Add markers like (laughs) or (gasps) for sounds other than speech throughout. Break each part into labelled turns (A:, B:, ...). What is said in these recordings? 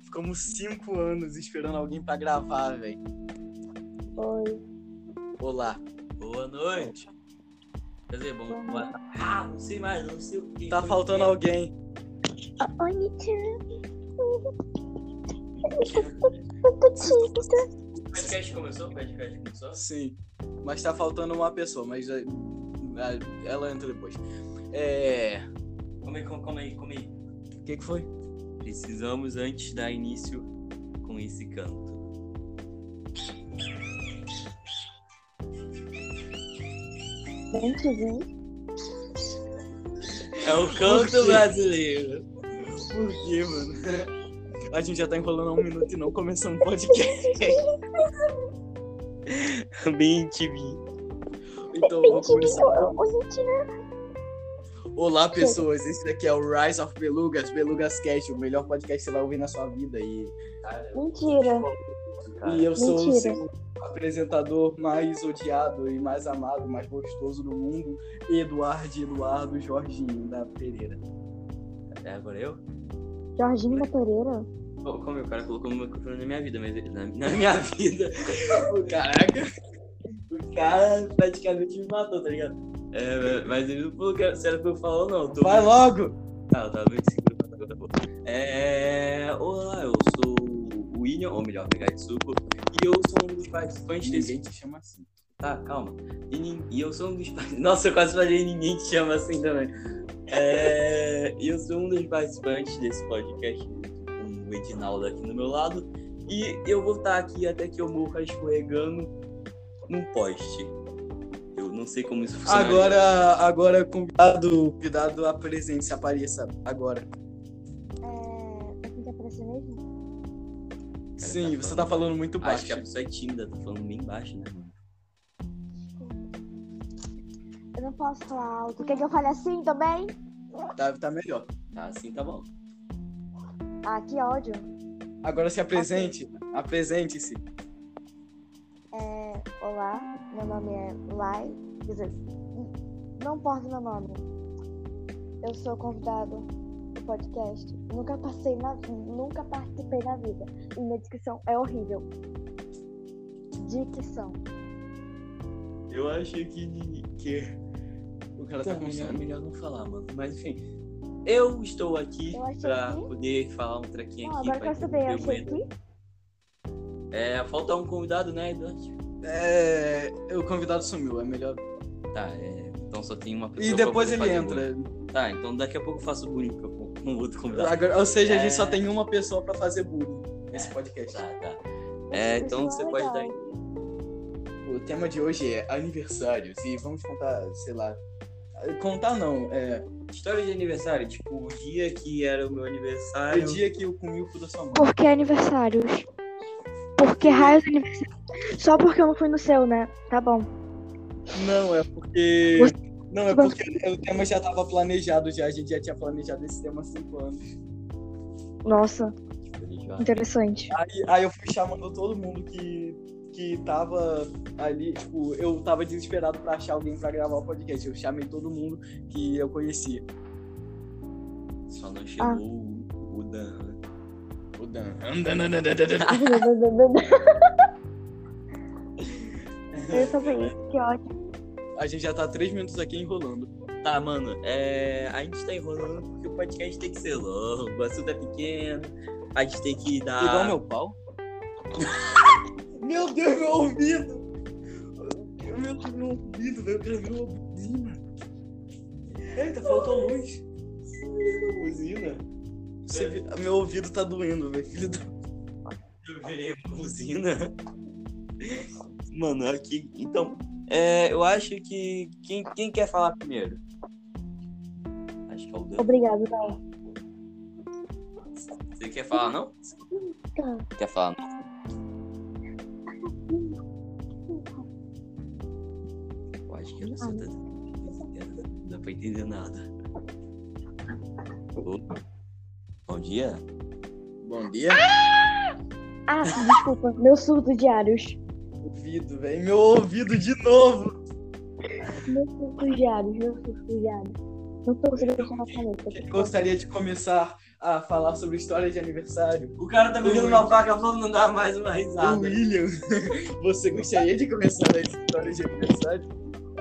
A: ficamos cinco anos esperando alguém pra gravar, velho.
B: Oi.
A: Olá. Tá
C: Boa noite. Quer dizer, bom, boa Ah, não sei mais, não sei o que.
A: Tá faltando alguém.
B: Oi, Nitinho. Eu tô tímida.
C: O podcast começou? O podcast começou?
A: Sim. Mas tá faltando uma pessoa, mas é, a- ela entra depois. É.
C: Calma aí, calma calma aí, calma aí.
A: O que, que foi?
C: Precisamos antes dar início com esse canto.
B: Dentro de
C: É o
A: Por quê?
C: canto brasileiro.
A: Por quê, mano? A gente já tá enrolando há um minuto e não começamos o podcast.
C: Mente, vi.
A: Então eu vou começar.
B: Oi, Nitinho.
A: Olá, pessoas. Esse daqui é o Rise of Belugas, Belugas Cast, o melhor podcast que você vai ouvir na sua vida. E,
B: Mentira.
A: e eu sou o
B: Mentira.
A: seu apresentador mais odiado e mais amado, mais gostoso do mundo, Eduardo Eduardo Jorginho da Pereira.
C: Até É, agora eu?
B: Jorginho da Pereira.
C: Pô, Como é? o cara colocou meu microfone na minha vida, mas ele- na, na minha (laughs) vida.
A: Caraca!
C: O cara praticamente me matou, tá ligado? É, mas ele não falou que era- se era o que eu falo, não. Eu tô
A: Vai logo!
C: Ah, eu tava bem seguro pra agora, pô. É. Olá, eu sou o William, ou melhor, Megatsuko, e eu sou um dos participantes desse.
A: Ninguém te chama assim.
C: Tá, calma. E, nin- e eu sou um dos participantes. (laughs) Nossa, eu quase falei ninguém te chama assim também. É. E eu sou um dos participantes desse podcast, com o Edinaldo aqui do meu lado. E eu vou estar aqui até que eu morra escorregando num poste. Eu não sei como isso funciona.
A: Agora, é agora convidado, convidado a presença, apareça agora.
B: É. Eu tenho que aparecer mesmo?
A: Sim, você tá falando muito
C: Acho
A: baixo.
C: que a pessoa é tímida, tá falando bem baixo, né, mano?
B: Eu não posso falar alto. Quer que eu fale assim também?
A: Tá, tá melhor.
C: Tá, assim tá bom.
B: Ah, que ódio.
A: Agora se apresente. Apresente-se.
B: É, olá, meu nome é Lai. Quer dizer, não importa meu nome. Eu sou convidado do podcast. Nunca passei na, nunca participei na vida. E minha dicção é horrível. Dicção.
C: Eu acho que. que...
A: O cara
C: Tá, melhor, melhor não falar, mano. Mas enfim. Eu estou aqui
B: Eu achei
C: pra
B: que-
C: poder falar um trequinho
B: Não,
C: aqui.
B: agora eu
C: pra
B: quero saber,
C: interromper o
B: achei
C: Edu.
B: que.
C: É, falta um convidado, né, Eduardo?
A: É, o convidado sumiu, é melhor.
C: Tá, é, então só tem uma pessoa.
A: E
C: pra
A: depois
C: poder
A: ele
C: fazer o bullying.
A: entra.
C: Tá, então daqui a pouco eu faço o bullying com com o outro convidado.
A: Agora- ou seja, a gente
C: É.
A: só tem uma pessoa pra fazer bullying nesse podcast.
C: Tá, tá. É, então
B: Isso
C: você
B: é
C: pode
B: legal.
C: dar.
A: O tema de hoje é aniversários e vamos contar, sei lá. Contar não, é
C: História de aniversário, tipo, o dia que era o meu
A: o
C: aniversário.
A: dia que eu comi o cu da sua mãe.
B: Por que aniversários? Por que raios aniversários? Só porque eu não fui no seu, né? Tá bom.
A: Não, é porque. Não, é porque o tema já tava planejado já. A gente já tinha planejado esse tema há cinco anos.
B: Nossa, (laughs)
C: Obrigado.
B: interessante.
A: Aí, aí eu fui chamando todo mundo que, que tava ali. Tipo, eu tava desesperado pra achar alguém pra gravar o podcast. Eu chamei todo mundo que eu conhecia.
C: Só
B: Ah.
C: não chegou o- o
A: né?
C: Dan.
A: O Dan. (laughs)
B: Eu só vi isso, que ótimo.
A: A gente já tá três minutos aqui enrolando.
C: Tá, mano, é, a gente tá enrolando porque o podcast tem que ser longo, o assunto é pequeno, a gente tem que dar.
A: Igual meu pau. meu Deus, meu ouvido! Meu Deus, meu ouvido, velho. Eu gravei uma buzina. Eita, faltou luz.
C: buzina.
A: Você vê- Meu ouvido tá doendo, velho. Filho da-
C: Eu virei uma buzina. Mano, aqui. Então, é, eu acho que. Quem, quem quer falar primeiro? Acho que é o Dan.
B: Obrigado, Dal.
C: Você quer falar, não? Quer falar, não? Eu acho que eu não sei. Tá... Não dá pra entender nada. Opa. Bom dia.
A: Bom dia.
B: Ah, desculpa, meu surto diários.
A: Ouvido, velho. Meu ouvido de novo.
B: Meu surto diários, meu surto diários. Não tô conseguindo achar a caneta.
A: Quem
B: aqui.
A: gostaria de começar a falar sobre história de aniversário?
C: O cara tá bebendo uma faca falando não dá mais uma
A: O
C: risada.
A: William, (laughs) você gostaria de começar essa história de aniversário?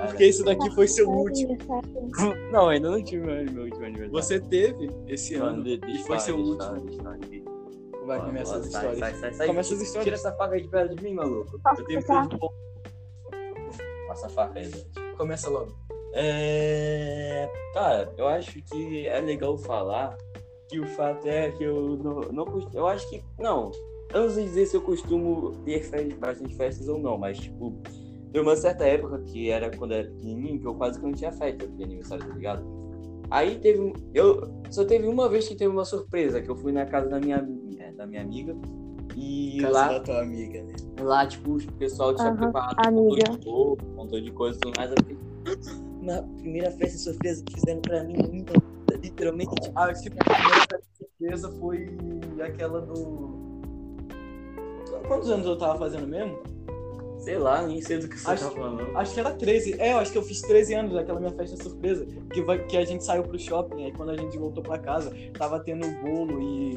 A: Porque esse daqui foi seu último.
B: Aniversário.
C: Não, ainda não tive meu meu último aniversário.
A: Você teve esse
C: Mano,
A: ano
C: de-
A: e
C: deixa
A: foi
C: eu
A: seu
C: falar,
A: último.
C: deixa eu falar, deixa eu falar.
A: Vai
C: Bora,
A: começar
C: bora,
A: as
C: sai,
A: histórias.
C: Sai, sai, sai.
A: Começa as histórias.
C: Tira essa faca de perto de mim, maluco.
B: Posso
C: Eu tenho que
B: usar?
C: ter bom. Passa a faca aí, Dante.
A: Começa logo.
C: É... Cara, eu acho que é legal falar que o fato é que eu não, não cost- Eu acho que. Não. Eu não sei dizer se eu costumo ter fe- bastante festas ou não, mas, tipo, teve uma certa época que era quando eu era pequenininho que eu quase que não tinha festa de aniversário, tá ligado? Aí teve. um- Eu só teve uma vez que teve uma surpresa, que eu fui na casa da minha, é, da minha amiga. E
A: Casa
C: lá,
A: da tua amiga, né?
C: lá, tipo, o pessoal tinha
B: Aham,
C: preparado
B: amiga.
C: montão de montão de coisa e tudo mais. Eu fiquei, (gasps) Na primeira festa surpresa que fizeram pra mim, ainda, literalmente, tipo,
A: Ah, tipo, a primeira surpresa foi aquela do. Quantos anos eu tava fazendo mesmo?
C: sei lá, nem sei do que você
A: Acho-
C: tá falando.
A: Acho que era 13. É, eu acho que eu fiz 13 anos naquela minha festa surpresa. Que, vai- que a gente saiu pro shopping, aí quando a gente voltou pra casa, tava tendo um bolo e,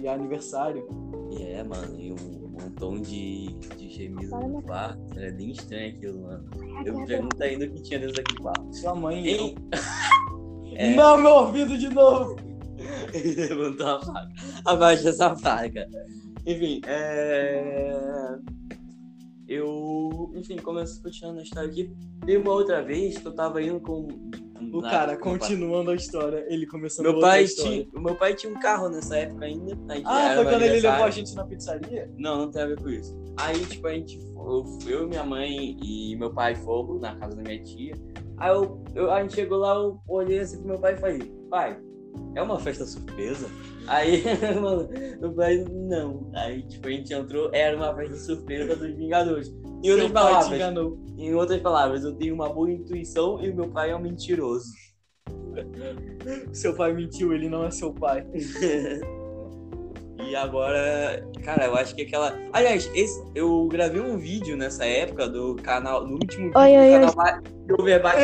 A: e aniversário.
C: E é, mano, e um montão de, de gemido
B: Agora
C: no
B: não.
C: bar. Era bem estranho aquilo, mano. Eu
B: Ai, que
C: pergunto ainda o que tinha dentro daquele bar.
A: Sua mãe.
C: Ei, É.
A: Não, meu ouvido de novo!
C: Ele levantou a faca. Abaixa essa faca. Enfim, é... Eu... Enfim, começo continuando a história aqui. Teve uma outra vez que eu tava indo com...
A: O
C: na-
A: cara,
C: com meu pai.
A: continuando a história, ele começando
C: Meu
A: outra
C: pai,
A: história.
C: tinha, o meu pai tinha um carro nessa época ainda. a gente-
A: Ah,
C: era
A: foi
C: meu
A: quando ele levou a
C: aniversário.
A: gente na pizzaria?
C: Não, não tem a ver com isso. Aí, tipo, a gente. Eu, eu, minha mãe e meu pai fomos na casa da minha tia. Aí eu, eu- a gente chegou lá, eu olhei assim pro meu pai e falei, pai, é uma festa surpresa? Aí, (laughs) mano, meu pai, não. Aí, tipo, a gente entrou, era uma festa surpresa dos Vingadores. Em outras
A: Seu pai te
C: palavras,
A: enganou.
C: em outras palavras, eu tenho uma boa intuição e meu pai é um mentiroso.
A: Seu pai mentiu, ele não é seu pai.
C: E agora, cara, eu acho que aquela. Aliás, esse- eu gravei um vídeo nessa época do canal, no último vídeo
B: Oi,
C: do
B: oi,
C: canal Ba- de Over
A: Eu
C: Bate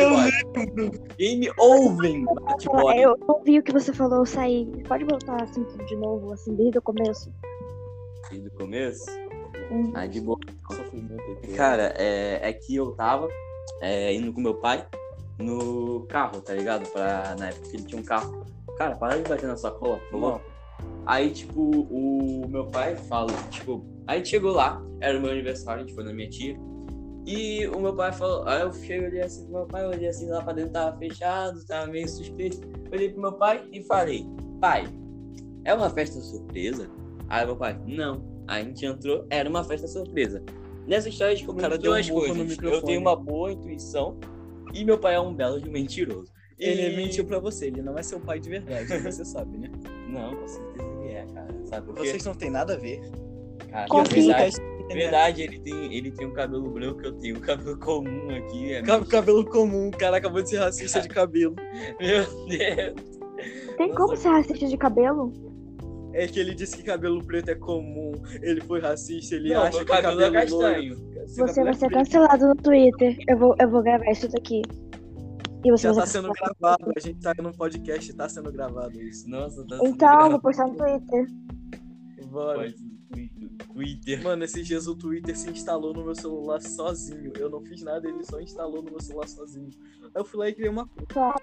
C: Game Oven Bate
B: Fala, é, Eu não vi o que você falou, eu saí. Pode voltar assim tudo de novo, assim, desde o começo.
C: Do começo?
B: Hum.
C: Ah, de boa.
A: um Sofrimento.
C: Cara, é, é que eu tava é, indo com meu pai no carro, tá ligado? Pra, na época que ele tinha um carro. Cara, para de bater na sacola, por favor.
A: Não.
C: Aí, tipo, o meu pai fala, tipo, aí a gente chegou lá, era o meu aniversário, a gente foi na minha tia. E o meu pai falou, aí eu cheguei olhei assim pro meu pai, olhei assim lá pra dentro, tava fechado, tava meio suspeito. Olhei pro meu pai e falei, pai, é uma festa surpresa? Aí meu pai, não. Aí a gente entrou, era uma festa surpresa. Nessa história a gente
A: cara
C: combinou
A: deu um
C: duas
A: murro no
C: coisas. Eu
A: microfone.
C: tenho uma boa intuição e meu pai é um belo de um mentiroso.
A: Ele
C: E-
A: mentiu pra você, ele não é seu pai de (laughs) verdade, você sabe, né?
C: Não, com certeza ele é, cara. Sabe por quê?
A: Vocês não têm nada a ver.
C: Cara,
B: Confia.
A: E eu fiz o
C: verdade,
A: teste de internet.
C: verdade, ele tem, ele tem um cabelo branco, eu tenho um cabelo comum aqui. É
A: Cab- Cabelo comum, o cara acabou de ser racista de cabelo.
C: Meu Deus.
B: Tem
C: Nossa.
B: como ser racista de cabelo?
A: É que ele disse que cabelo preto é comum, ele foi racista, ele
C: Não,
A: acha
C: meu
A: que cabelo,
C: cabelo é
A: loiro-
C: castanho.
A: seu
B: Você
A: cabelo é
B: vai ser
A: preto.
B: cancelado no Twitter. Eu vou, eu vou gravar isso daqui. E você
A: Já
B: vai
A: tá
B: ser
A: sendo
B: cancelado.
A: gravado, a gente tá num podcast e tá sendo gravado isso.
C: Nossa, tá
B: Então, eu vou
C: sendo (laughs)
B: postar no Twitter.
A: Bora.
C: gravado. Twitter.
A: Mano, esses dias o Twitter se instalou no meu celular sozinho. Eu não fiz nada, ele só instalou no meu celular sozinho. Aí eu fui lá e criei uma conta.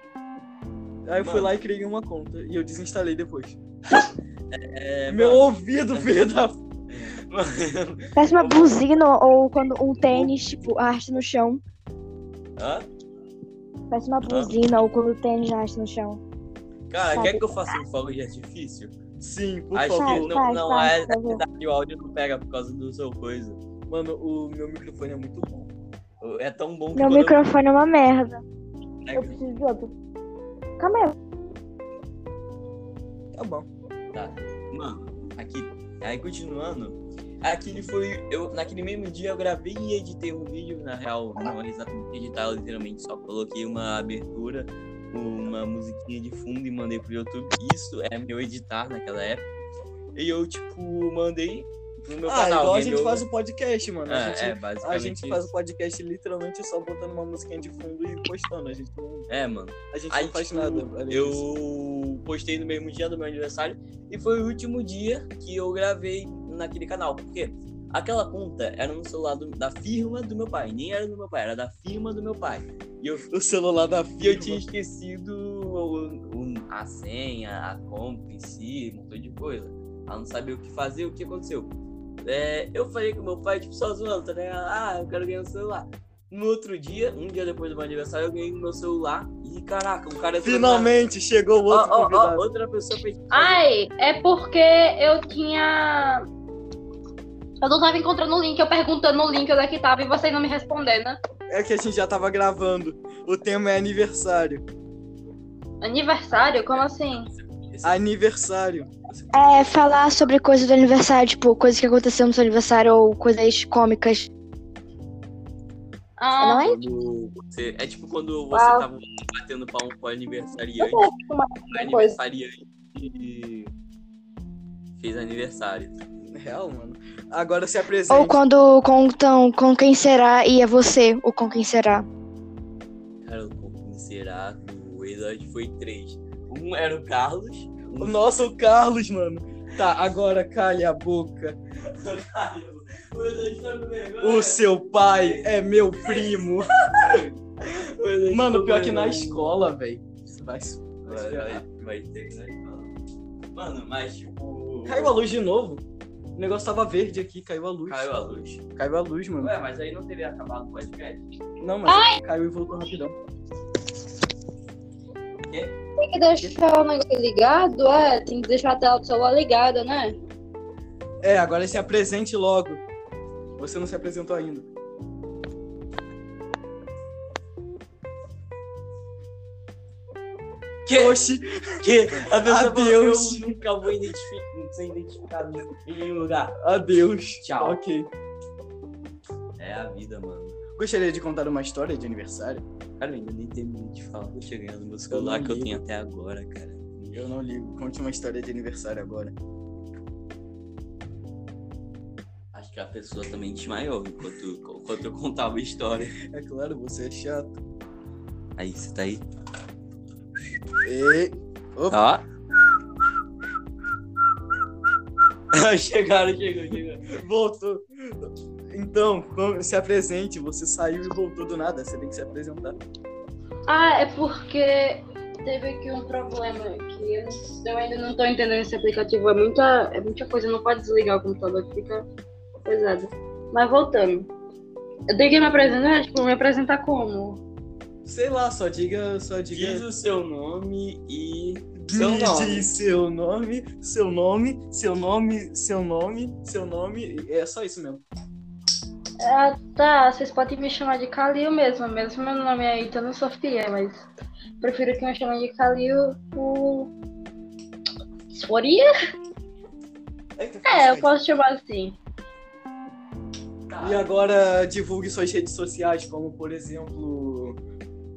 A: Aí eu fui
C: Mano.
A: lá e criei uma conta e eu desinstalei depois.
C: É,
A: meu
C: mano,
A: (laughs) ouvido, filho da
C: mano.
B: Parece uma buzina ou quando um tênis, tipo, arrasta no chão.
C: (laughs) Hã?
B: Parece uma buzina ou quando o tênis arrasta no chão.
C: Cara,
B: Sabe-
C: quer que eu faça um fogo de artifício?
A: Sim, por
C: Acho
A: favor.
C: que não,
B: Faz,
C: não
B: faz,
C: é
B: por favor.
C: verdade, o áudio não pega por causa do seu coisa.
A: Mano, o meu microfone é muito bom.
C: É tão bom que
B: Meu
C: quando eu
B: microfone é uma merda. Eu
C: pego-
B: preciso de outro. Calma aí.
A: Tá bom.
C: Mano, aqui. Aí continuando, aquele foi. Eu, naquele mesmo dia eu gravei e editei um vídeo, na real, não é exatamente editar, eu literalmente só coloquei uma abertura, uma musiquinha de fundo e mandei pro YouTube. Isso é meu editar naquela época. E eu, tipo, mandei no meu
A: Ah,
C: canal.
A: igual a
C: entendeu?
A: gente faz o podcast, mano.
C: Ah,
A: a gente,
C: é,
A: a
C: basicamente
A: gente
C: isso.
A: faz o podcast literalmente só botando uma musiquinha de fundo e postando. A gente não,
C: É, mano.
A: a gente
C: Aí,
A: não faz
C: tipo,
A: nada. além disso.
C: Eu postei no mesmo dia do meu aniversário e foi o último dia que eu gravei naquele canal. Porque aquela conta era no celular do- da firma do meu pai. Nem era do meu pai, era da firma do meu pai. E eu,
A: (laughs) O celular da
C: e eu
A: firma.
C: tinha esquecido o- o- a senha, a conta em si, um montão de coisa. Ela não sabia o que fazer, o que aconteceu. É, eu falei com meu pai, tipo, só zoando, tá ligado? Ah, eu quero ganhar um celular. No outro dia, um dia depois do meu aniversário, eu ganhei o meu celular. E caraca, o cara.
A: Finalmente chegou o outro
C: Ó, ó, ó,
A: convidado.
C: outra pessoa fez.
D: Ai, é porque eu tinha. Eu não tava encontrando o link, eu perguntando o link onde é que tava e vocês não me respondendo. né?
A: É que a gente já tava gravando. O tema é aniversário.
D: Aniversário? Como assim?
A: Aniversário.
B: É, falar sobre coisas do aniversário, tipo, coisas que aconteceram no seu aniversário ou coisas cômicas.
D: Ah,
B: Não é?
C: Quando você- é tipo quando você
D: Uau.
C: tava batendo palmo com o
D: Eu
C: aniversariante.
D: tô com uma
C: O aniversariante fez aniversário.
A: É Real, mano. Agora se apresenta.
B: Ou quando contam com quem será e é você o com quem será.
C: Cara, o Copim será o episódio foi três. Um era o Carlos. Um
A: Nossa, o Carlos, mano. Tá, agora calha a boca.
C: era o Carlos. O episódio tá com vergonha.
A: O seu pai é meu primo.
C: O Eloy
A: Mano,
C: tá
A: pior
C: com
A: que na
C: vergonha.
A: escola, velho. Isso vai se. vai se
C: Vai, vai,
A: ferrar.
C: vai ter na escola. Mano, mas tipo.
A: Caiu a luz de novo. O negócio tava verde aqui, caiu a luz.
C: Caiu a luz.
A: Caiu a luz, mano.
C: Ué, mas aí não teria acabado o podcast.
A: Não, mas caiu e voltou rapidão.
D: Tem que deixar o negócio ligado, é? Tem que deixar a tela do celular ligada, né?
A: É, agora se apresente logo. Você não se apresentou ainda.
C: Que?
A: Oxi,
C: Que? A pessoa falou,
A: Adeus.
C: eu nunca vou identifi- ser identificado em nenhum lugar.
A: adeus.
C: Tchau.
A: Ok.
C: É a vida, mano.
A: Gostaria de contar uma história de aniversário?
C: Cara, eu ainda nem terminei de falar. Tô chegando no meu celular que eu
A: ligo.
C: tenho até agora, cara.
A: Eu não ligo. Conte uma história de aniversário agora.
C: Acho que a pessoa também desmaiou enquanto, enquanto eu contava a história.
A: É claro, você é chato.
C: Aí, você tá aí?
A: E...
C: Ó. (laughs) chegaram, chegou, chegou.
A: Voltou. Então, com- se apresente. Você saiu e voltou do nada. Você tem que se apresentar.
D: Ah, é porque teve aqui um problema que eu, não- eu ainda não tô entendendo esse aplicativo. É muita, é muita coisa, não pode desligar o computador, que fica pesado. Mas voltando. Eu tenho que me apresentar, tipo, me apresentar como?
A: Sei lá, só diga. Só
C: Diz
A: diga.
C: o seu nome e. Seu nome.
A: Diz seu nome, seu nome, seu nome, seu nome, seu nome. É só isso mesmo.
D: Ah, tá. Vocês podem me chamar de Calil mesmo, mesmo meu nome é Itana Sofia, mas prefiro que me chamem de Calil o. Sforia?
A: Eita,
D: É,
A: faz
D: eu posso chamar assim.
A: E agora divulgue suas redes sociais, como por exemplo.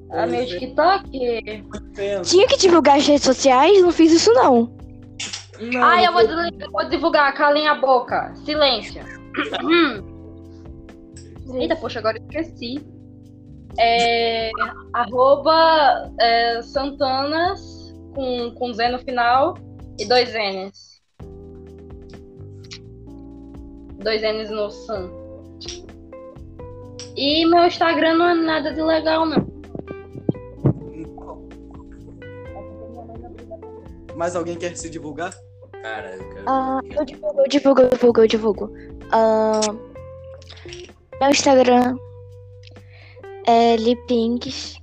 D: A Ah,
A: é.
D: meu TikTok.
A: Fans.
B: Tinha que divulgar as redes sociais? Não fiz isso, não.
A: Não,
D: Ai, Ah,
A: não
D: eu vou,
A: foi-
D: desligar, eu vou divulgar, calem a boca. Silêncio. Eita, poxa, agora eu esqueci. É, arroba é, Santanas com, com Z no final e dois N's. Dois N's no San. E meu Instagram não é nada de legal, não.
A: Mas alguém quer se divulgar?
C: Cara, eu quero.
B: Ah, eu divulgo, eu divulgo, eu divulgo, eu divulgo. Ah, meu Instagram é Lipinks.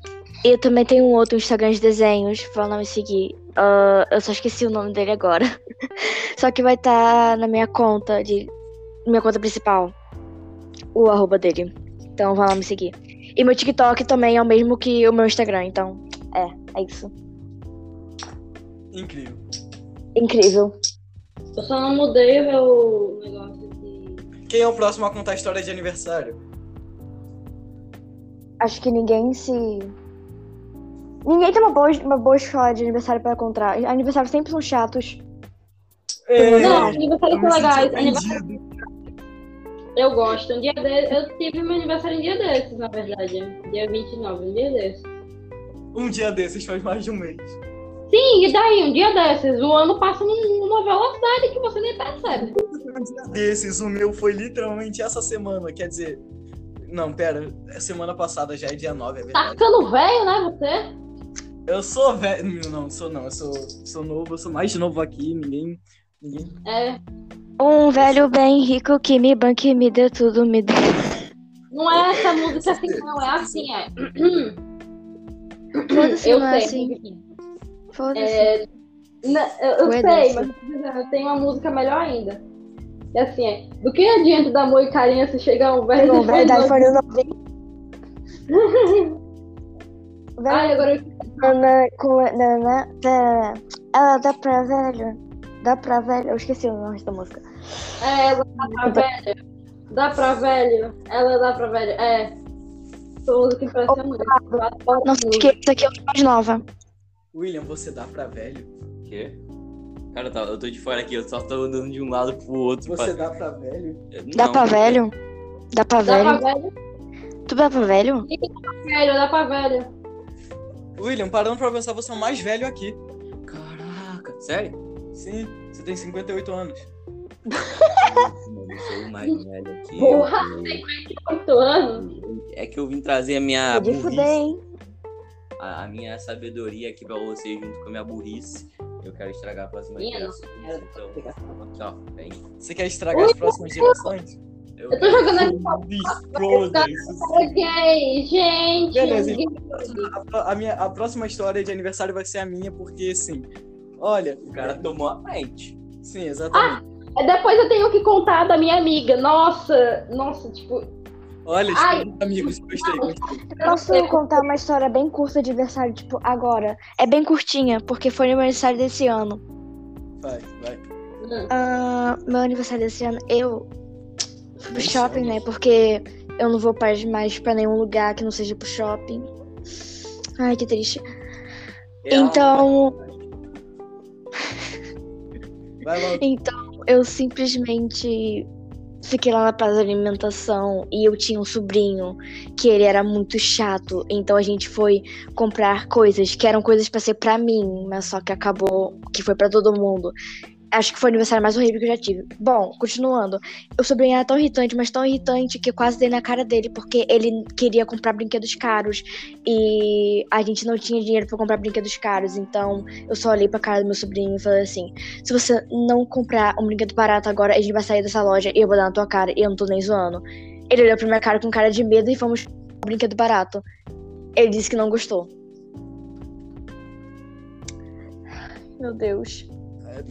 B: E eu também tenho um outro Instagram de desenhos, pra não me seguir. Ah, eu só esqueci o nome dele agora. (laughs) só que vai estar na minha conta, de minha conta principal. O arroba dele. Então vai lá me seguir. E meu TikTok também é o mesmo que o meu Instagram, então é, é isso.
A: Incrível.
B: Incrível.
D: Eu só não mudei meu negócio de.
A: Quem é o próximo a contar a história de aniversário?
B: acho que ninguém se. Ninguém tem uma boa, uma boa escola de aniversário pra contar. Aniversários sempre são chatos.
D: Não, aniversário
A: eu me
D: foi
A: senti
D: legal.
A: ofendido.
D: Eu gosto. Um dia de... Eu tive meu aniversário um dia desses, na verdade. Dia 29, um dia desses.
A: Um dia desses faz mais de um mês.
D: Sim, e daí? Um dia desses. O ano passa num- numa velocidade que você nem percebe.
A: Um dia desses, o meu foi literalmente essa semana, quer dizer. Não, pera, é semana passada já é dia 9, é
D: Tá
A: verdade.
D: (laughs) ficando velho, né, você?
A: Eu sou velho. Não, sou não, eu sou, sou novo, eu sou mais novo aqui, ninguém. ninguém...
D: É.
B: Um velho bem rico que me banque, me dê tudo, me
D: (laughs)
B: dê.
D: Não é essa música
B: (laughs)
D: assim, não. É assim, é.
B: Foda-se,
D: eu
B: não é
D: sei.
B: assim. é Foda-se.
D: É, na- eu eu
B: Ué, Deus.
D: sei, mas eu tô dizendo, eu tenho uma música melhor ainda. E assim, é, do que adianta dar amor e carinho se chegar um velho
B: Não,
D: e falar,
B: verdade, foi
D: (laughs)
B: no 90.
D: Ai, agora eu
B: Ana, com, na, na, na, ela dá pra velho. Dá pra velho. Eu esqueci o nome da música.
D: É, ela dá pra velha. Dá pra velho. Ela dá pra velho. É. Sou música impressionante.
B: Não sei esqueça que é uma mais nova.
A: William, você dá pra velho?
C: Quê? Cara, tá- eu tô de fora aqui, eu só tô andando de um lado pro outro.
A: Você
C: pra-
A: dá pra velho?
B: Dá
C: Não,
B: pra velho? Dá pra
D: Dá pra
B: velho?
D: velho,
B: Tu dá pra velho?
D: velho, dá pra velho.
A: William, parando pra pensar, você é o mais velho aqui.
C: Caraca, sério?
A: Sim, você tem 58 anos.
C: Mano, eu sou o mais velho aqui.
D: Porra,
C: eu-
D: 8 anos.
C: É que eu vim trazer a minha
B: de
C: Tá burrice,
B: fuder, hein?
C: a, a minha sabedoria aqui pra vocês junto com a minha burrice. Eu quero estragar a próxima
D: Minha
C: geração. Então, tchau. Vem.
A: Você quer estragar as próximas gerações?
C: Eu,
D: Eu tô jogando aqui pra
A: Destroda
D: fora, gay, gente.
A: Beleza,
D: gay.
A: A, a minha, a próxima história de aniversário vai ser a minha, porque sim. Olha,
C: O cara tomou a frente.
A: sim, exatamente.
D: É, Depois eu tenho que contar da minha amiga. Nossa, nossa, tipo.
A: Olha,
D: Ai.
A: escolhi amigos, gostei, gostei.
D: eu não sei
B: Posso contar uma história bem curta de aniversário, tipo, agora. É bem curtinha, porque foi no aniversário desse ano.
A: Vai, vai.
D: como-
B: Ah, meu aniversário desse ano, eu fui pro
A: Desse
B: shopping,
A: ano.
B: né? Porque eu não vou pra- mais pra nenhum lugar que não seja pro shopping. Ai, que triste.
C: É
B: Então,
A: Vai logo.
B: então eu simplesmente fiquei lá na praça de alimentação e eu tinha um sobrinho que ele era muito chato. Então a gente foi comprar coisas que eram coisas pra ser pra mim, mas só que acabou que foi pra todo mundo. Acho que foi o aniversário mais horrível que eu já tive. Bom, continuando. O sobrinho era tão irritante, mas tão irritante que eu quase dei na cara dele, porque ele queria comprar brinquedos caros e a gente não tinha dinheiro pra comprar brinquedos caros. Então eu só olhei pra cara do meu sobrinho e falei assim: se você não comprar um brinquedo barato agora, a gente vai sair dessa loja e eu vou dar na tua cara e eu não tô nem zoando. Ele olhou pra minha cara com cara de medo e fomos pro brinquedo barato. Ele disse que não gostou. Meu Deus.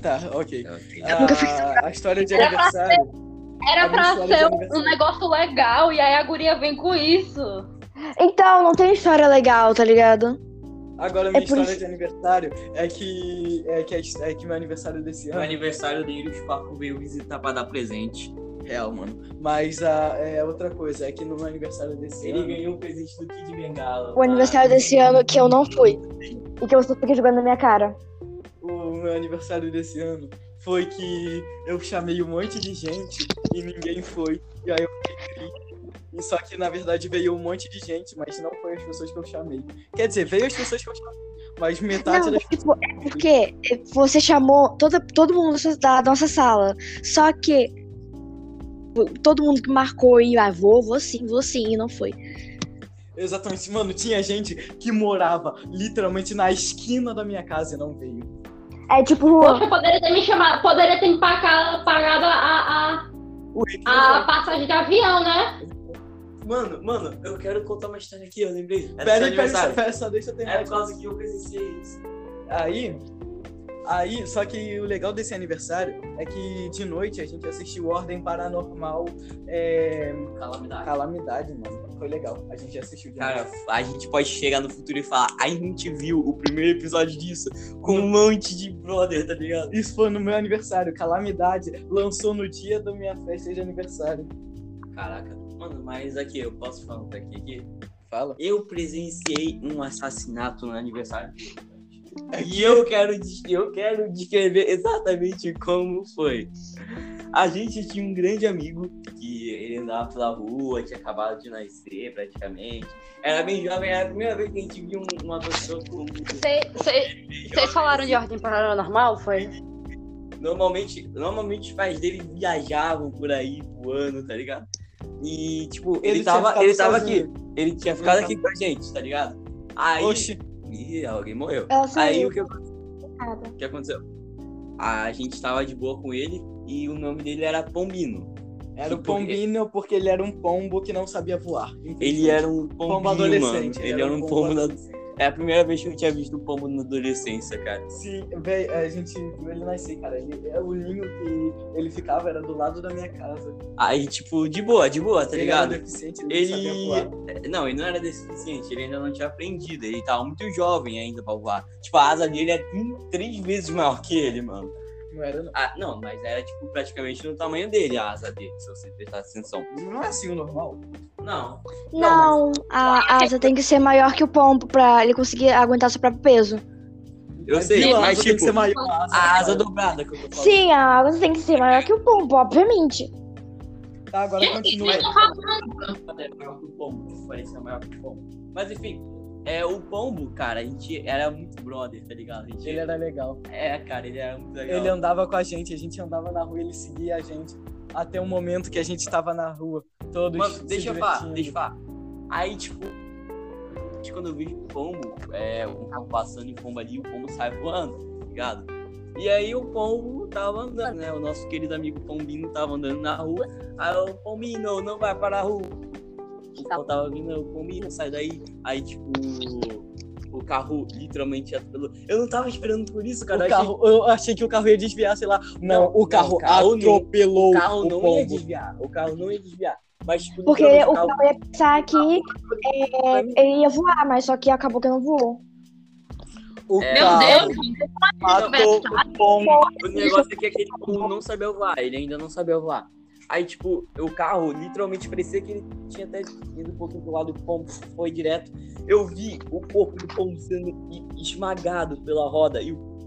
A: Tá, ok.
C: Ok.
A: A,
B: nunca fiz
A: a história de
D: Era pra
A: aniversário.
D: Era
A: A
D: pra
A: minha história de
D: ser um- um
A: aniversário.
D: negócio legal e aí a guria vem com isso.
B: Então, não tem história legal, tá ligado?
A: Agora, a minha
B: É por
A: história
B: isso-
A: de aniversário é que, é que a- é que meu aniversário desse
C: No
A: ano
C: aniversário dele, o Sparco veio visitar pra dar presente.
A: É, Real, mano. Mas a é, outra coisa é que no meu aniversário desse
C: Ele
A: ano.
C: ganhou o presente do Kid Bengala.
B: O aniversário desse ano que eu não fui. E que você fica jogando na minha cara.
A: O meu aniversário desse ano foi que eu chamei um monte de gente e ninguém foi. E aí eu fiquei triste. E só que na verdade veio um monte de gente, mas não foi as pessoas que eu chamei. Quer dizer, veio as pessoas que eu chamei, mas metade
B: Não,
A: das
B: tipo, é porque você chamou toda, todo mundo da sua- da nossa sala. Só que todo mundo que marcou e ah, vou, vou sim, vou sim, e não foi.
A: Exatamente, mano, tinha gente que morava literalmente na esquina da minha casa e não veio.
B: É tipo,
D: Poxa, poderia ter me chamado, poderia ter me paga- pagado a, a, a passagem de avião, né?
C: Mano, mano, eu quero contar uma história aqui, eu lembrei. Era É
A: Pera
C: seu
A: aí, pera aí, só-
C: aniversário.
A: pera aí, só deixa eu terminar.
C: Era É por causa que eu presenciei isso.
A: Aí, aí, só que o legal desse aniversário é que de noite a gente assistiu Ordem Paranormal é,
C: Calamidade.
A: Calamidade, mano. Foi legal. A gente assistiu de
C: Cara,
A: noite.
C: a gente pode chegar no futuro e falar, a gente viu o primeiro episódio disso com um monte de brother, tá ligado?
A: Isso foi no meu aniversário. Calamidade lançou no dia da minha festa de aniversário.
C: Caraca, mano, mas aqui, eu posso falar pra aqui, aqui?
A: Fala.
C: Eu presenciei um assassinato no aniversário dele. E eu quero, des- eu quero descrever exatamente como foi. A gente tinha um grande amigo, que ele andava pela rua, tinha acabado de nascer praticamente. Era bem jovem, era a primeira vez que a gente viu um- uma pessoa com. um
D: Vocês falaram de ordem paranormal, foi?
C: Normalmente, normalmente os pais dele viajavam por aí voando, tá ligado? E, tipo, ele,
A: tinha
C: tava,
A: ficado
C: ele tava aqui.
A: sozinho.
C: Ele tinha ficado aqui com a gente, tá ligado? Aí.
A: Oxi,
C: Ih, alguém morreu.
B: Ela
C: Aí
B: saiu
C: o que,
B: picada.
C: o que aconteceu? A gente tava de boa com ele e o nome dele era Pombino.
A: era o
C: Tipo,
A: pombino porque ele era um pombo que não sabia voar. Infelizmente.
C: Ele era um pombinho,
A: pombo adolescente.
C: Mano. Ele era um pombo da... É a primeira vez que eu tinha visto um pombo na adolescência, cara.
A: Sim, véi, a gente viu ele nascer, cara. Ele, é o ninho que ele ficava era do lado da minha casa.
C: Aí, tipo, de boa, de boa, tá
A: ele
C: ligado?
A: Era deficiente, ele, não sabia
C: Ele.
A: voar.
C: Não, ele não era deficiente, ele ainda não tinha aprendido. Ele tava muito jovem ainda pra voar. Tipo, a asa dele é trin- três vezes maior que ele, mano.
A: Não era, não.
C: Ah, não, mas era, tipo, praticamente no tamanho dele a asa dele, se você prestar atenção.
A: Não é assim o normal.
C: Não,
B: Não, a a asa tem que ser maior que o pombo pra ele conseguir aguentar seu próprio peso.
C: eu
A: Mas
C: sei,
A: viu, a
C: mas,
A: asa É tem que
C: tipo,
A: ser maior, a asa,
C: a asa
A: cara.
C: dobrada que eu tô falando.
B: Sim, a asa tem que ser maior que o pombo, obviamente.
A: Tá, agora continua.
D: é.
C: Era é maior que o pombo, parecia maior que o pombo. Mas enfim, é, o pombo, cara, a gente era muito brother, tá ligado? A gente,
A: Ele era legal.
C: É, cara, ele é era muito legal.
A: Ele andava com a gente, a gente andava na rua, ele seguia a gente. Até o momento que a gente tava na rua, todos.
C: Mano,
A: se
C: deixa eu falar,
A: divertindo.
C: deixa eu falar. Aí, tipo, de quando eu vi o pombo, é, um carro passando e o pombo ali, o pombo sai voando, tá ligado? E aí o pombo tava andando, né? O nosso querido amigo Pombino tava andando na rua. Aí o Pombino, não vai para a rua. Eu tava vindo, o Pombino, sai daí. Aí, tipo, o carro literalmente atropelou. Eu não tava esperando por isso, cara.
A: O
C: Eu achei
A: carro, eu achei que o carro ia desviar, sei lá. Não,
C: Não,
A: o carro
C: não, o carro não-
A: atropelou
C: que o carro
A: o
C: não ia
A: pombo.
C: desviar. O carro não ia desviar. Mas, tipo,
B: Porque
C: literalmente
B: o carro ia pensar que é, ele ia voar, mas só que acabou que não voou.
A: O
C: É,
D: Meu
A: carro matou
D: Deus,
A: o pombo.
C: O negócio é que aquele povo não sabia voar, ele ainda não sabia voar. Aí, tipo, o carro literalmente parecia que ele tinha até ido um pouquinho pro lado, o pombo foi direto. Eu vi o corpo do pombo sendo e- esmagado pela roda. E o-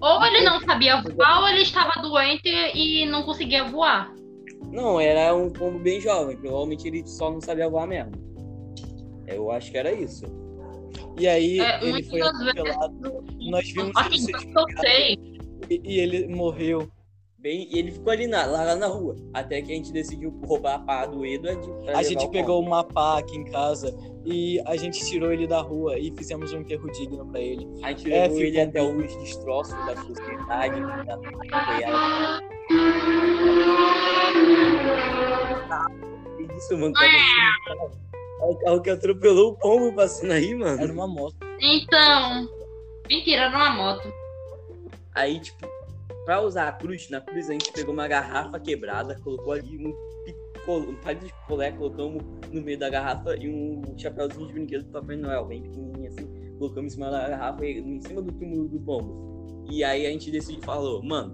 D: ou ele não sabia voar, ou ele estava doente e não conseguia voar.
C: Não, era um pombo bem jovem, provavelmente ele só não sabia voar mesmo. Eu acho que era isso.
A: E aí
D: É,
A: ele
D: muitas
A: foi
D: vezes-
A: atropelado Nós vimos
D: Assim,
A: isso.
D: eu sei.
A: e, e ele morreu.
C: Bem, e ele ficou ali na, lá, lá na rua, até que a gente decidiu roubar a pá do Edward. pra
A: A
C: levar o
A: gente
C: pombo.
A: pegou uma pá aqui em casa e a gente tirou ele da rua e fizemos um enterro digno pra ele.
C: A gente
A: É,
C: levou ele
A: ficou
C: até os destroços da sociedade, tá da acompanhava. Que isso, mano? Tá descendo. É o carro que atropelou o pombo passando aí,
A: Era
C: mano.
A: uma moto.
D: Então. Mentira, era uma moto.
C: Aí, tipo, pra usar a cruz, na cruz a gente pegou uma garrafa quebrada, colocou ali um picolé, um palito de picolé, colocamos no meio da garrafa e um chapéuzinho de brinquedo do Papai Noel, bem pequenininho assim. colocamos em cima da garrafa e em cima do túmulo do pombo. E aí a gente decidiu e falou, mano,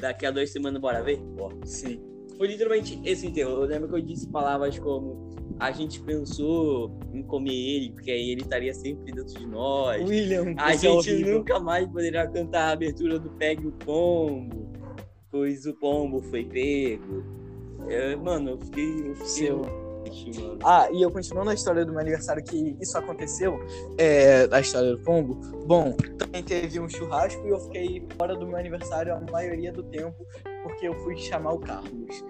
C: daqui a duas semanas bora ver? Bora.
A: Sim.
C: Foi literalmente esse enterro. Eu lembro que eu disse palavras como a gente pensou em comer ele, porque aí ele estaria sempre dentro de nós.
A: William,
C: A
A: você é
C: gente
A: horrível.
C: nunca mais poderá cantar a abertura do Pegue o Pombo, pois o pombo foi pego. É, mano, eu fiquei. Eu fiquei
A: Seu.
C: triste, mano. (laughs)
A: Ah, e eu continuando a história do meu aniversário, que isso aconteceu, é, a história do pombo. Bom, também teve um churrasco e eu fiquei fora do meu aniversário a maioria do tempo, porque eu fui chamar o Carlos.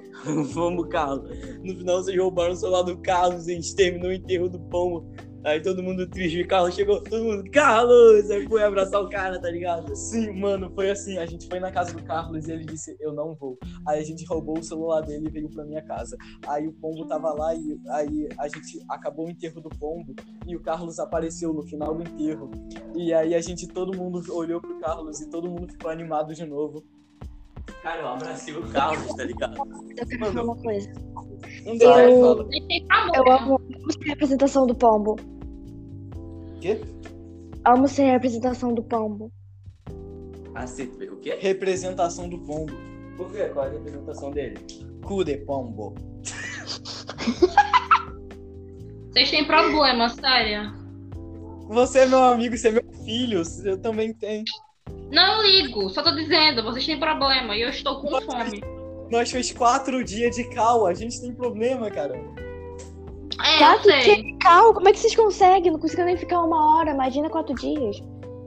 C: Vamos, Carlos. No final vocês roubaram o celular do Carlos, a gente terminou o enterro do pombo. Aí todo mundo triste, o Carlos chegou, todo mundo, Carlos! Aí foi abraçar o cara, tá ligado?
A: Sim, mano, foi assim, a gente foi na casa do Carlos e ele disse, eu não vou. Aí a gente roubou o celular dele e veio pra minha casa. Aí o pombo tava lá e aí a gente acabou o enterro do pombo e o Carlos apareceu no final do enterro. E aí a gente, todo mundo olhou pro Carlos e todo mundo ficou animado de novo.
C: Cara, eu abracei o Carlos, tá ligado?
B: Eu quero falar uma coisa.
C: Um
B: Eu-
C: fala.
D: Deixei pra
B: Eu
D: boca.
B: amo, amo sem a apresentação do pombo.
A: Quê?
B: Amo sem a apresentação do pombo.
C: Aceito. O quê?
A: Representação do pombo.
C: Por quê? Qual é a representação dele?
A: Cu de pombo.
D: Vocês têm problema, sério.
A: Você é meu amigo, você é meu filho, eu também tenho.
D: Não ligo, só tô dizendo, vocês têm problema e eu estou com fome.
A: Nós fez quatro dias de cal, a gente tem problema, cara.
D: É, eu
B: Quatro dias
D: sei.
B: de cal? Como é que vocês conseguem? Não consigo nem ficar uma hora, imagina quatro dias.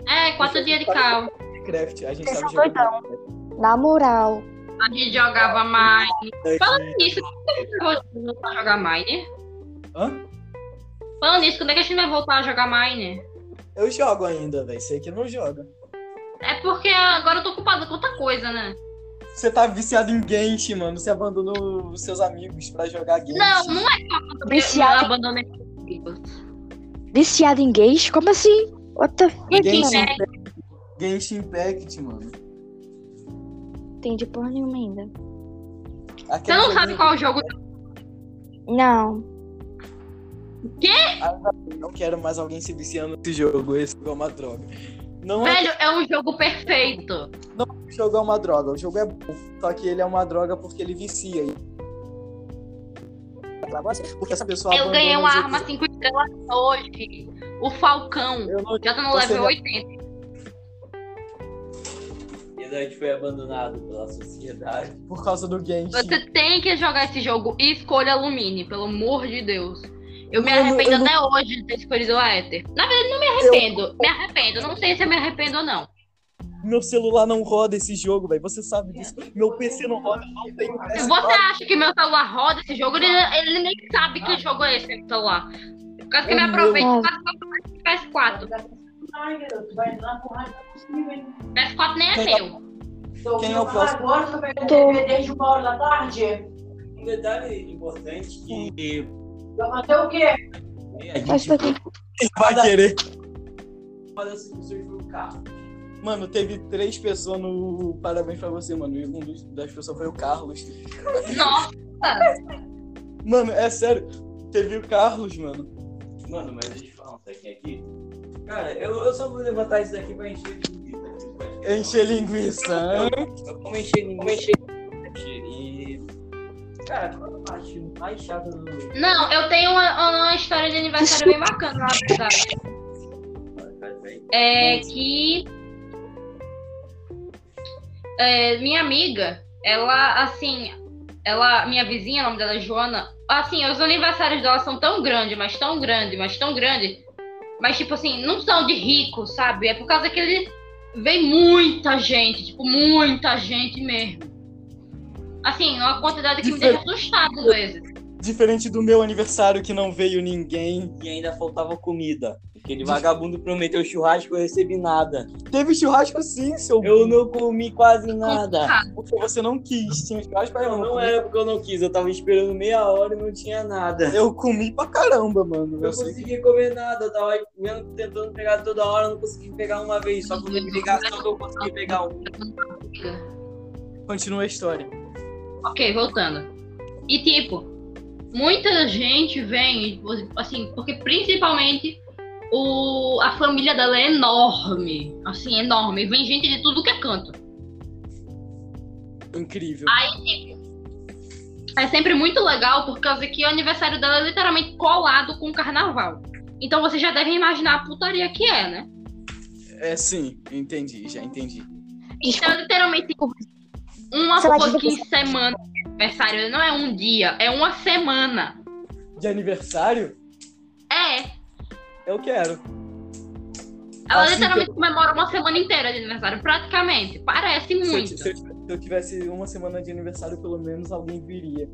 D: É, quatro dias de cal.
A: Minecraft, a gente
B: Vocês
A: sabe
B: são
A: jogar.
B: Na moral.
D: A gente jogava mais.
A: Minecraft.
D: Isso, não voltar a jogar Miner?
A: Hã?
D: Falando nisso, quando é que a gente vai voltar a jogar Miner?
A: Eu jogo ainda, velho. Sei que não joga.
D: É porque agora eu tô ocupada com outra coisa, né?
A: Você tá viciado em Genshin, mano. Você abandonou os seus amigos pra jogar Genshin.
D: Não, não é só porque eu
B: Viciado.
D: abandonei meus amigos.
B: Viciado em gays? Como assim? What the
A: Genshin
D: né?
B: fuck, mano?
A: Impact. Genshin Impact, mano.
B: Entendi porra nenhuma ainda.
D: Você não sabe qual jogo.
B: Não.
A: Não quero mais alguém se viciando nesse jogo. Esse jogo é uma droga. Não é
D: Velho, é um jogo perfeito.
A: que o jogo é uma droga. O jogo é bom. Só que ele é uma droga porque ele vicia. Porque essa pessoa.
D: Eu ganhei
A: abandona os
D: uma arma
A: outros.
D: 5 estrelas hoje. O Falcão.
A: Eu não
D: Já tá no
A: Você
D: level
A: já-
D: 80.
C: E a gente foi abandonado pela sociedade.
A: por causa do Genshin.
D: Você tem que jogar esse jogo e escolha alumínio, pelo amor de Deus. Eu me
A: Mano,
D: arrependo
A: eu não-
D: até hoje de ter escolhido a Éter. Na verdade, não me arrependo. Me arrependo. Não sei se eu me arrependo ou não.
A: Meu celular não roda esse jogo, velho. Você sabe disso. Meu PC não roda, eu não tenho
D: Se
A: PS4.
D: você acha que meu celular roda esse jogo, ele, ele nem sabe
A: Ah.
D: que jogo é esse meu celular. Por causa que eu me
A: Meu
D: aproveito,
B: Deus.
D: por causa que eu faço PS4. PS4 nem é
A: Quem tá-
D: seu.
A: Quem é o próximo?
E: Agora tu vai
B: Tô.
E: beber desde uma hora da tarde?
C: Um detalhe importante que
E: Vai fazer o quê?
C: a gente
B: Faz isso aqui.
A: Vai querer.
C: uma das pessoas foi o carro.
A: Mano, teve três pessoas no. Parabéns pra você, mano. E um dos- das pessoas foi o Carlos.
D: Nossa,
A: Mano, é sério. Teve o Carlos, mano.
C: Mano, mas deixa eu falar um pouquinho aqui. Cara, eu, eu só vou levantar isso daqui pra encher de comida.
A: Encher linguiça.
C: Eu como encher linguiça. E. Cara, qual a parte mais chata do.
D: não, eu tenho uma, uma história de aniversário bem bacana, na verdade. É que. é, minha amiga, ela, assim. Ela, minha vizinha, o nome dela é Joana. Assim, os aniversários dela são tão grandes, mas tão grandes, mas tão grandes. Mas, tipo assim, não são de rico, sabe? É por causa que ele. Vem muita gente, tipo, muita gente mesmo. Assim, uma quantidade que me deixa assustada às vezes.
A: Diferente do meu aniversário que não veio ninguém.
C: E ainda faltava comida. Aquele vagabundo prometeu churrasco e eu recebi nada.
A: Teve churrasco sim, seu.
C: Eu não comi quase nada.
A: Porque você não quis. Tinha um churrasco pra
C: Não, não
A: comi-
C: era porque eu não quis. Eu tava esperando meia hora e não tinha nada.
A: Eu comi pra caramba, mano.
C: Eu não
A: Eu sei que-
C: consegui comer nada, eu tava comendo, tentando pegar toda hora, não consegui pegar uma vez, só consegui pegar, só que eu consegui pegar um.
A: Continua a história.
D: Ok, voltando. E tipo, muita gente vem, assim, porque principalmente o, a família dela é enorme. Assim, enorme. Vem gente de tudo que é canto.
A: Incrível.
D: É sempre muito legal por causa que o aniversário dela é literalmente colado com o carnaval. Então vocês já devem imaginar a putaria que é, né?
A: É sim, entendi, já entendi.
D: Então,
B: Desculpa.
D: literalmente, uma
B: Sei lá,
D: por
B: diga
D: 15 semanas de aniversário. Não é um dia, é uma semana.
A: De aniversário?
D: É.
A: Eu quero.
D: Ela
A: Assim
D: literalmente comemora uma semana inteira de aniversário, praticamente. Parece
A: Se eu,
D: muito.
A: ti- se eu ti- se eu tivesse uma semana de aniversário, pelo menos alguém viria.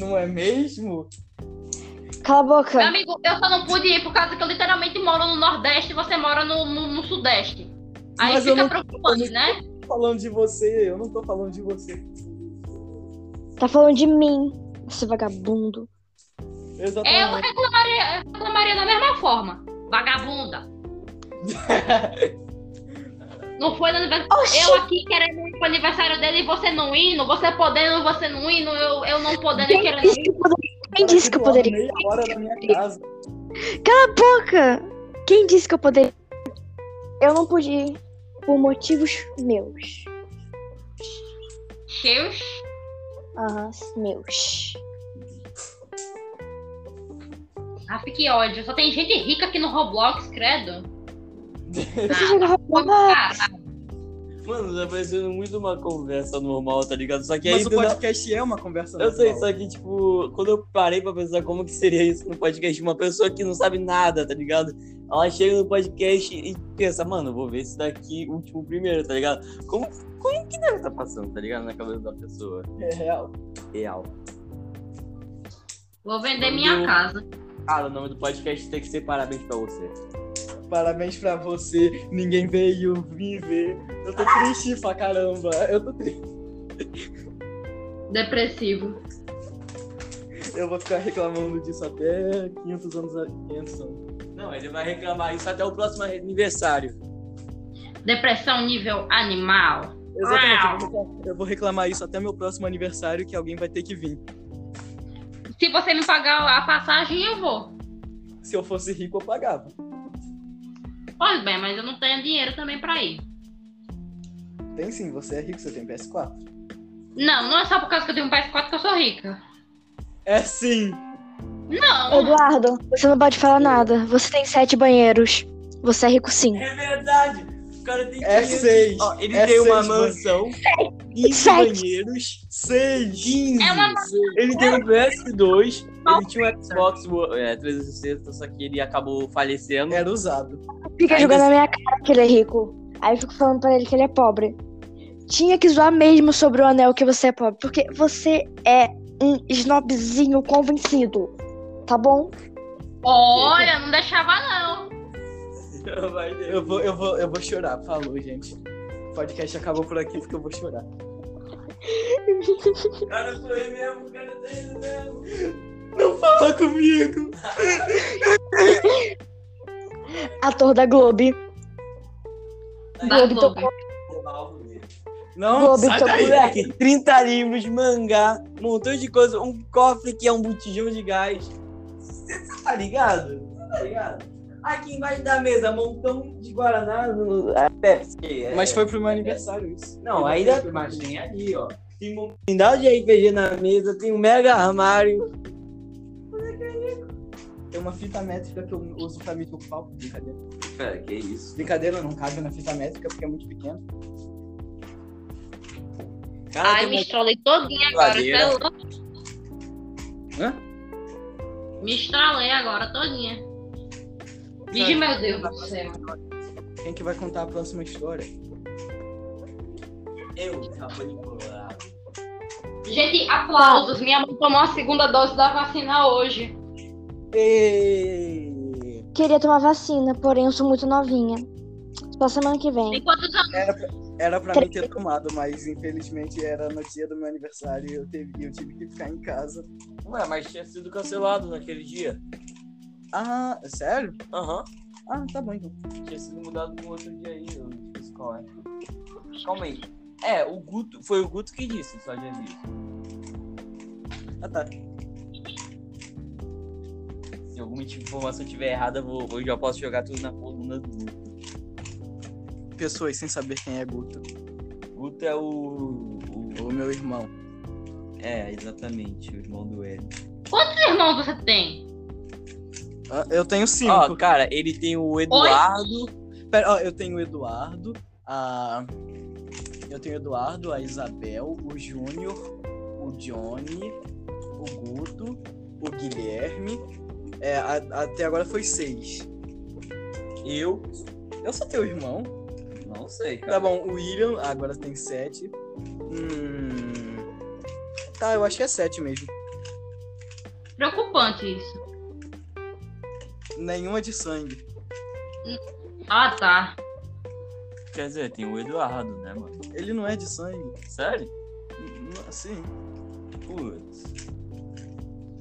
A: Não é mesmo?
B: Cala a
D: Meu
B: boca.
D: amigo, eu só não pude ir por causa que eu literalmente moro no Nordeste e você mora no, no- no Sudeste. Aí
A: Mas eu
D: fica
A: não-
D: preocupante, né?
A: Tô falando de você, eu não tô falando de você.
B: Tá falando de mim, esse vagabundo. É,
D: Eu
A: Exatamente.
D: reclamaria, eu reclamaria da mesma forma.
A: (laughs)
D: Vagabunda. Não foi no aniversário. Eu aqui querendo ir pro aniversário dele e você não indo, você podendo, você não indo, eu, eu não podendo e querendo
B: Disse
D: ir.
B: que eu poderia- Quem disse que eu poderia?
A: tipo, Meia hora né? da minha casa.
B: Boca! Quem disse que eu poderia? Eu não pude ir por motivos meus.
D: Cheios.
B: Aham, meus.
D: Ah, que ódio. Só tem gente rica aqui no Roblox, credo.
B: Você joga Roblox?
D: Ah,
C: Mano, tá parecendo muito uma conversa normal, tá ligado? Só que aí.
A: Mas o
C: do nada-
A: podcast é uma conversa
C: Eu sei,
A: normal.
C: só que, tipo, quando eu parei pra pensar como que seria isso no podcast, uma pessoa que não sabe nada, tá ligado? Ela chega no podcast e pensa, mano, eu vou ver esse daqui, último primeiro, tá ligado? Como, como que deve estar passando, tá ligado? Na cabeça da pessoa.
A: É real.
C: Real.
D: Vou vender minha
C: Eu-
D: casa.
C: Cara, o nome do podcast tem que ser parabéns pra você.
A: Parabéns pra você. Ninguém veio me ver. Eu tô triste pra caramba. Eu tô triste.
D: Depressivo.
A: Eu vou ficar reclamando disso até 500 anos. a- 500 anos.
C: Não, ele vai reclamar isso até o próximo É aniversário.
D: Depressão nível animal.
A: Exatamente. eu vou reclamar- Eu vou reclamar isso até meu próximo aniversário, que alguém vai ter que vir.
D: Se você me pagar a passagem, eu vou.
A: Se eu fosse rico, eu pagava.
D: Pois bem, mas eu não tenho dinheiro também pra ir.
A: Tem sim, você é rico, você tem PS4.
D: Não, não é só por causa que eu tenho um PS4 que eu sou rica.
A: É sim!
D: Não,
B: Eduardo, você não pode falar nada. Você tem sete banheiros. Você é rico sim.
C: É verdade! O cara tem
A: É
C: 500
A: seis.
C: Ó, ele
A: É
C: tem uma
A: seis,
C: mansão, 15
B: Sete.
C: banheiros,
A: Seis!
C: 15.
D: É uma
C: Ele tem um PS2, ele
D: Maldita.
C: tinha um Xbox é, 360, só que ele acabou falecendo.
A: Era usado.
B: Fica
C: Ainda
B: Tá jogando na minha cara que ele é rico. Aí eu fico falando pra ele que ele é pobre. Tinha que zoar mesmo sobre o anel que você é pobre. Porque você é um snobzinho convencido. Tá bom?
D: olha, não deixava não.
C: Vai ter-
A: Eu vou, eu vou, eu vou chorar. Falou, gente. O podcast acabou por aqui porque eu vou chorar.
C: O cara foi mesmo, o cara tá indo mesmo.
A: Não fala Tá comigo!
B: Ator da Globo.
D: Da
B: Globo
D: Globo.
B: tocou.
A: Não,
B: Globo
A: sai
B: tocou.
A: daí!
C: Moleque, 30 livros, mangá, um montão de coisa, um cofre que é um botijão de gás. Você tá ligado? Você tá ligado? Aqui embaixo da mesa, montão de Guaraná, no- é, Pepsi. é-
A: Mas foi pro meu aniversário isso.
C: Não, ainda mas tem ali, ó. Tem um pindal de RPG na mesa, tem um mega armário.
A: Tem uma fita métrica que eu uso pra me ocupar. Brincadeira.
C: Cara, que isso.
A: Brincadeira, não cabe na fita métrica porque é muito pequeno.
C: Cara,
D: Ai,
C: tem
D: me
C: uma
D: estralei todinha agora, você é
C: Geladeira.
D: louco.
A: Hã?
D: Me estralei agora todinha. Vigi, meu Deus do céu.
A: Quem que vai contar a próxima história?
C: Eu, Colorado.
D: Gente, aplausos. Minha mãe tomou a segunda dose da vacina hoje.
A: Ei!
B: Queria tomar vacina, porém eu sou muito novinha. Só semana que vem.
D: Tem quantos anos?
A: Era pra, era pra mim ter tomado, mas infelizmente era no dia do meu aniversário e eu, teve, eu tive que ficar em casa.
C: Ué, mas tinha sido cancelado naquele dia.
A: Ah, sério?
C: Aham.
A: Ah, tá bom então.
C: Tinha sido mudado pra um outro dia aí, eu esqueci qual é. Calma aí. É, o Guto, foi o Guto que disse, só já vi.
A: Ah, tá.
C: Se alguma tipo informação tiver errada, eu, vou, eu já posso jogar tudo na coluna do Guto.
A: Pessoas sem saber quem é Guto.
C: Guto é o. o-
A: O meu irmão.
C: é, exatamente, o irmão do Ed.
D: Quantos irmãos você tem?
A: Ah, Eu tenho cinco.
C: Ó, cara, ele tem o Eduardo.
A: Pera, ó, eu tenho o Eduardo, a. Eu tenho o Eduardo, a Isabel, o Júnior, o Johnny, o Guto, o Guilherme. É, a- até agora foi seis.
C: Eu.
A: Eu sou teu irmão.
C: Não sei, cara.
A: Tá bom, o William agora tem sete. Hum. Tá, eu acho que é sete mesmo.
D: Preocupante isso.
A: Nenhuma é de sangue.
D: Ah, tá.
C: Quer dizer, tem o Eduardo, né, mano?
A: Ele não é de sangue. Hum, assim,
C: Sério?
A: Não- Sim.
C: Putz.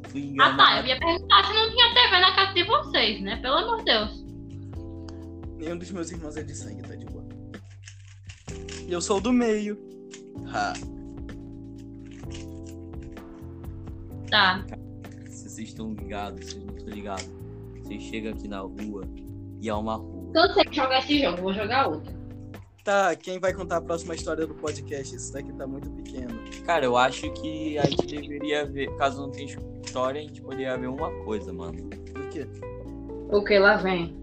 C: Fui
D: Ah, tá. Eu
C: enganado.
D: ia perguntar se não tinha TV na casa de vocês, né? Pelo amor de Deus.
A: Nenhum dos meus irmãos é de sangue, tá de boa. E eu sou o do meio. Ha.
D: Tá.
C: Se vocês estão ligados, vocês não estão ligados. Vocês chegam aqui na rua e há uma rua.
D: Cansei de jogar esse jogo, vou jogar outro.
A: Tá, quem vai contar a próxima história do podcast? Esse daqui tá muito pequeno.
C: Cara, eu acho que a gente deveria ver, caso não tenha história, a gente poderia ver uma coisa, mano.
A: Por quê?
D: O que lá vem?
A: (laughs)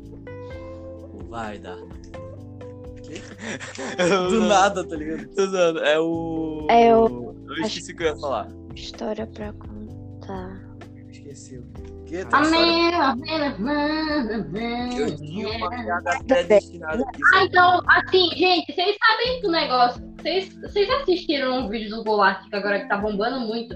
C: Não Vai dar.
A: Do
C: Uhum.
A: nada, tá ligado?
C: Do nada. É o.
B: É
C: o. Eu esqueci o que eu ia falar.
B: História pra contar.
A: Esqueceu. Que tá
D: A
A: tal?
D: minha vida, mano, mano.
C: Eu tinha uma piada predestinada aqui.
D: Ah, então, assim, gente, vocês sabem do negócio. Vocês vocês assistiram um vídeo do Goulart que agora que tá bombando muito,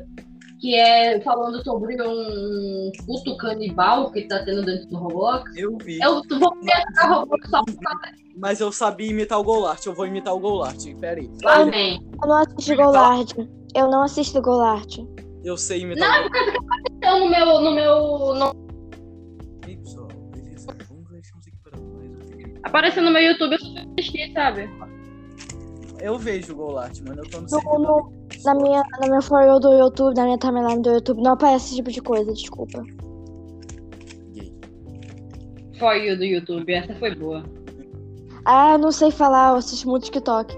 D: que é falando sobre um culto canibal que tá tendo dentro do Roblox.
A: Eu vi.
D: Eu vou testar Roblox só por causa
A: Mas eu sabia imitar o Golart. Eu vou imitar o Golart. Pera aí.
D: do Amém.
B: Eu não assisto Golard. Eu não assisto Golard.
A: Eu sei imitar
D: Não, é por causa que apareceu no meu. No meu no-
A: o Golart. Ei, pessoal, beleza? Vamos ver se estamos aqui para mais um vídeo.
D: apareceu no meu YouTube, eu só assisti, sabe?
A: Eu vejo o Golart, mano. Eu tô no
B: No-
A: servidor.
B: no- Na minha, na minha For You do YouTube, na minha timeline do YouTube, não aparece esse tipo de coisa, desculpa.
D: Foi o do YouTube, essa foi boa.
B: Ah, eu não sei falar, eu assisto muito TikTok.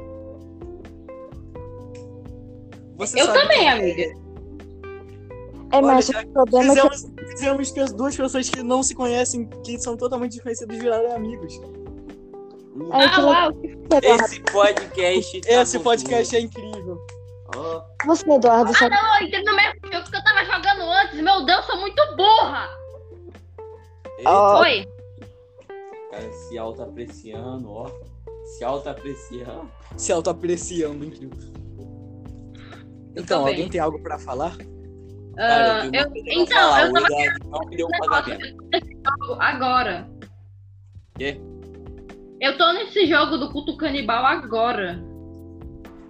A: Você
D: Eu
A: sabe-
D: também, amiga.
B: É,
A: Olha,
B: mas
A: já
B: o problema é que
A: Fizemos, fizemos que as duas pessoas que não se conhecem, que são totalmente diferentes, viraram amigos.
B: É,
D: Ah,
B: que-
D: uau,
B: você, Eduardo,
C: Esse podcast. tá
A: Esse
C: bom.
A: podcast é incrível.
C: Ó,
B: você, Eduardo, sabe?
D: eu entrei no mesmo jogo que eu tava jogando antes. Meu Deus, sou muito burra!
C: eita,
B: Ó.
D: Oi.
C: cara, se autoapreciando, ó. Se autoapreciando.
A: Se autoapreciando, incrível.
D: Eu
A: Então,
D: também.
A: alguém tem algo pra falar? Ah,
D: Ah,
C: Cara,
D: eu-
C: tenho uma coisa pra
D: então,
C: falar.
D: eu tava
C: O Eduardo não me deu um
D: Nossa,
C: pagamento.
D: eu tô nesse jogo agora.
C: Quê?
D: Eu tô nesse jogo do culto canibal agora.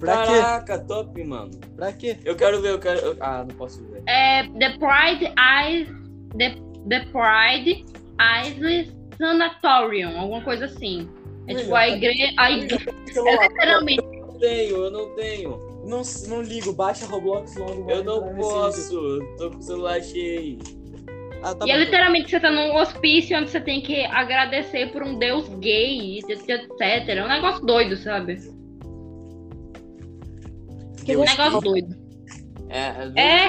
A: Pra quê?
C: Caraca, top, mano.
A: Pra quê?
C: Eu quero ver, eu quero. eu- Ah, não posso ver.
D: É The Pride Eyes. The, The Pride Eyes Sanatorium, alguma coisa assim. É tipo a igreja. A igreja é literalmente.
C: Eu não tenho, eu não tenho.
A: Então, Não, não ligo, baixa Roblox logo.
C: Eu
A: vai entrar
C: não
A: nesse
C: posso. Eu tô com o celular cheio.
A: vídeo. Ah, tá
D: E é
A: bom.
D: literalmente você tá num hospício onde você tem que agradecer por um deus gay, etc. É um negócio doido, sabe?
B: Que
D: Um
B: você-
D: negócio doido.
C: É,
D: É,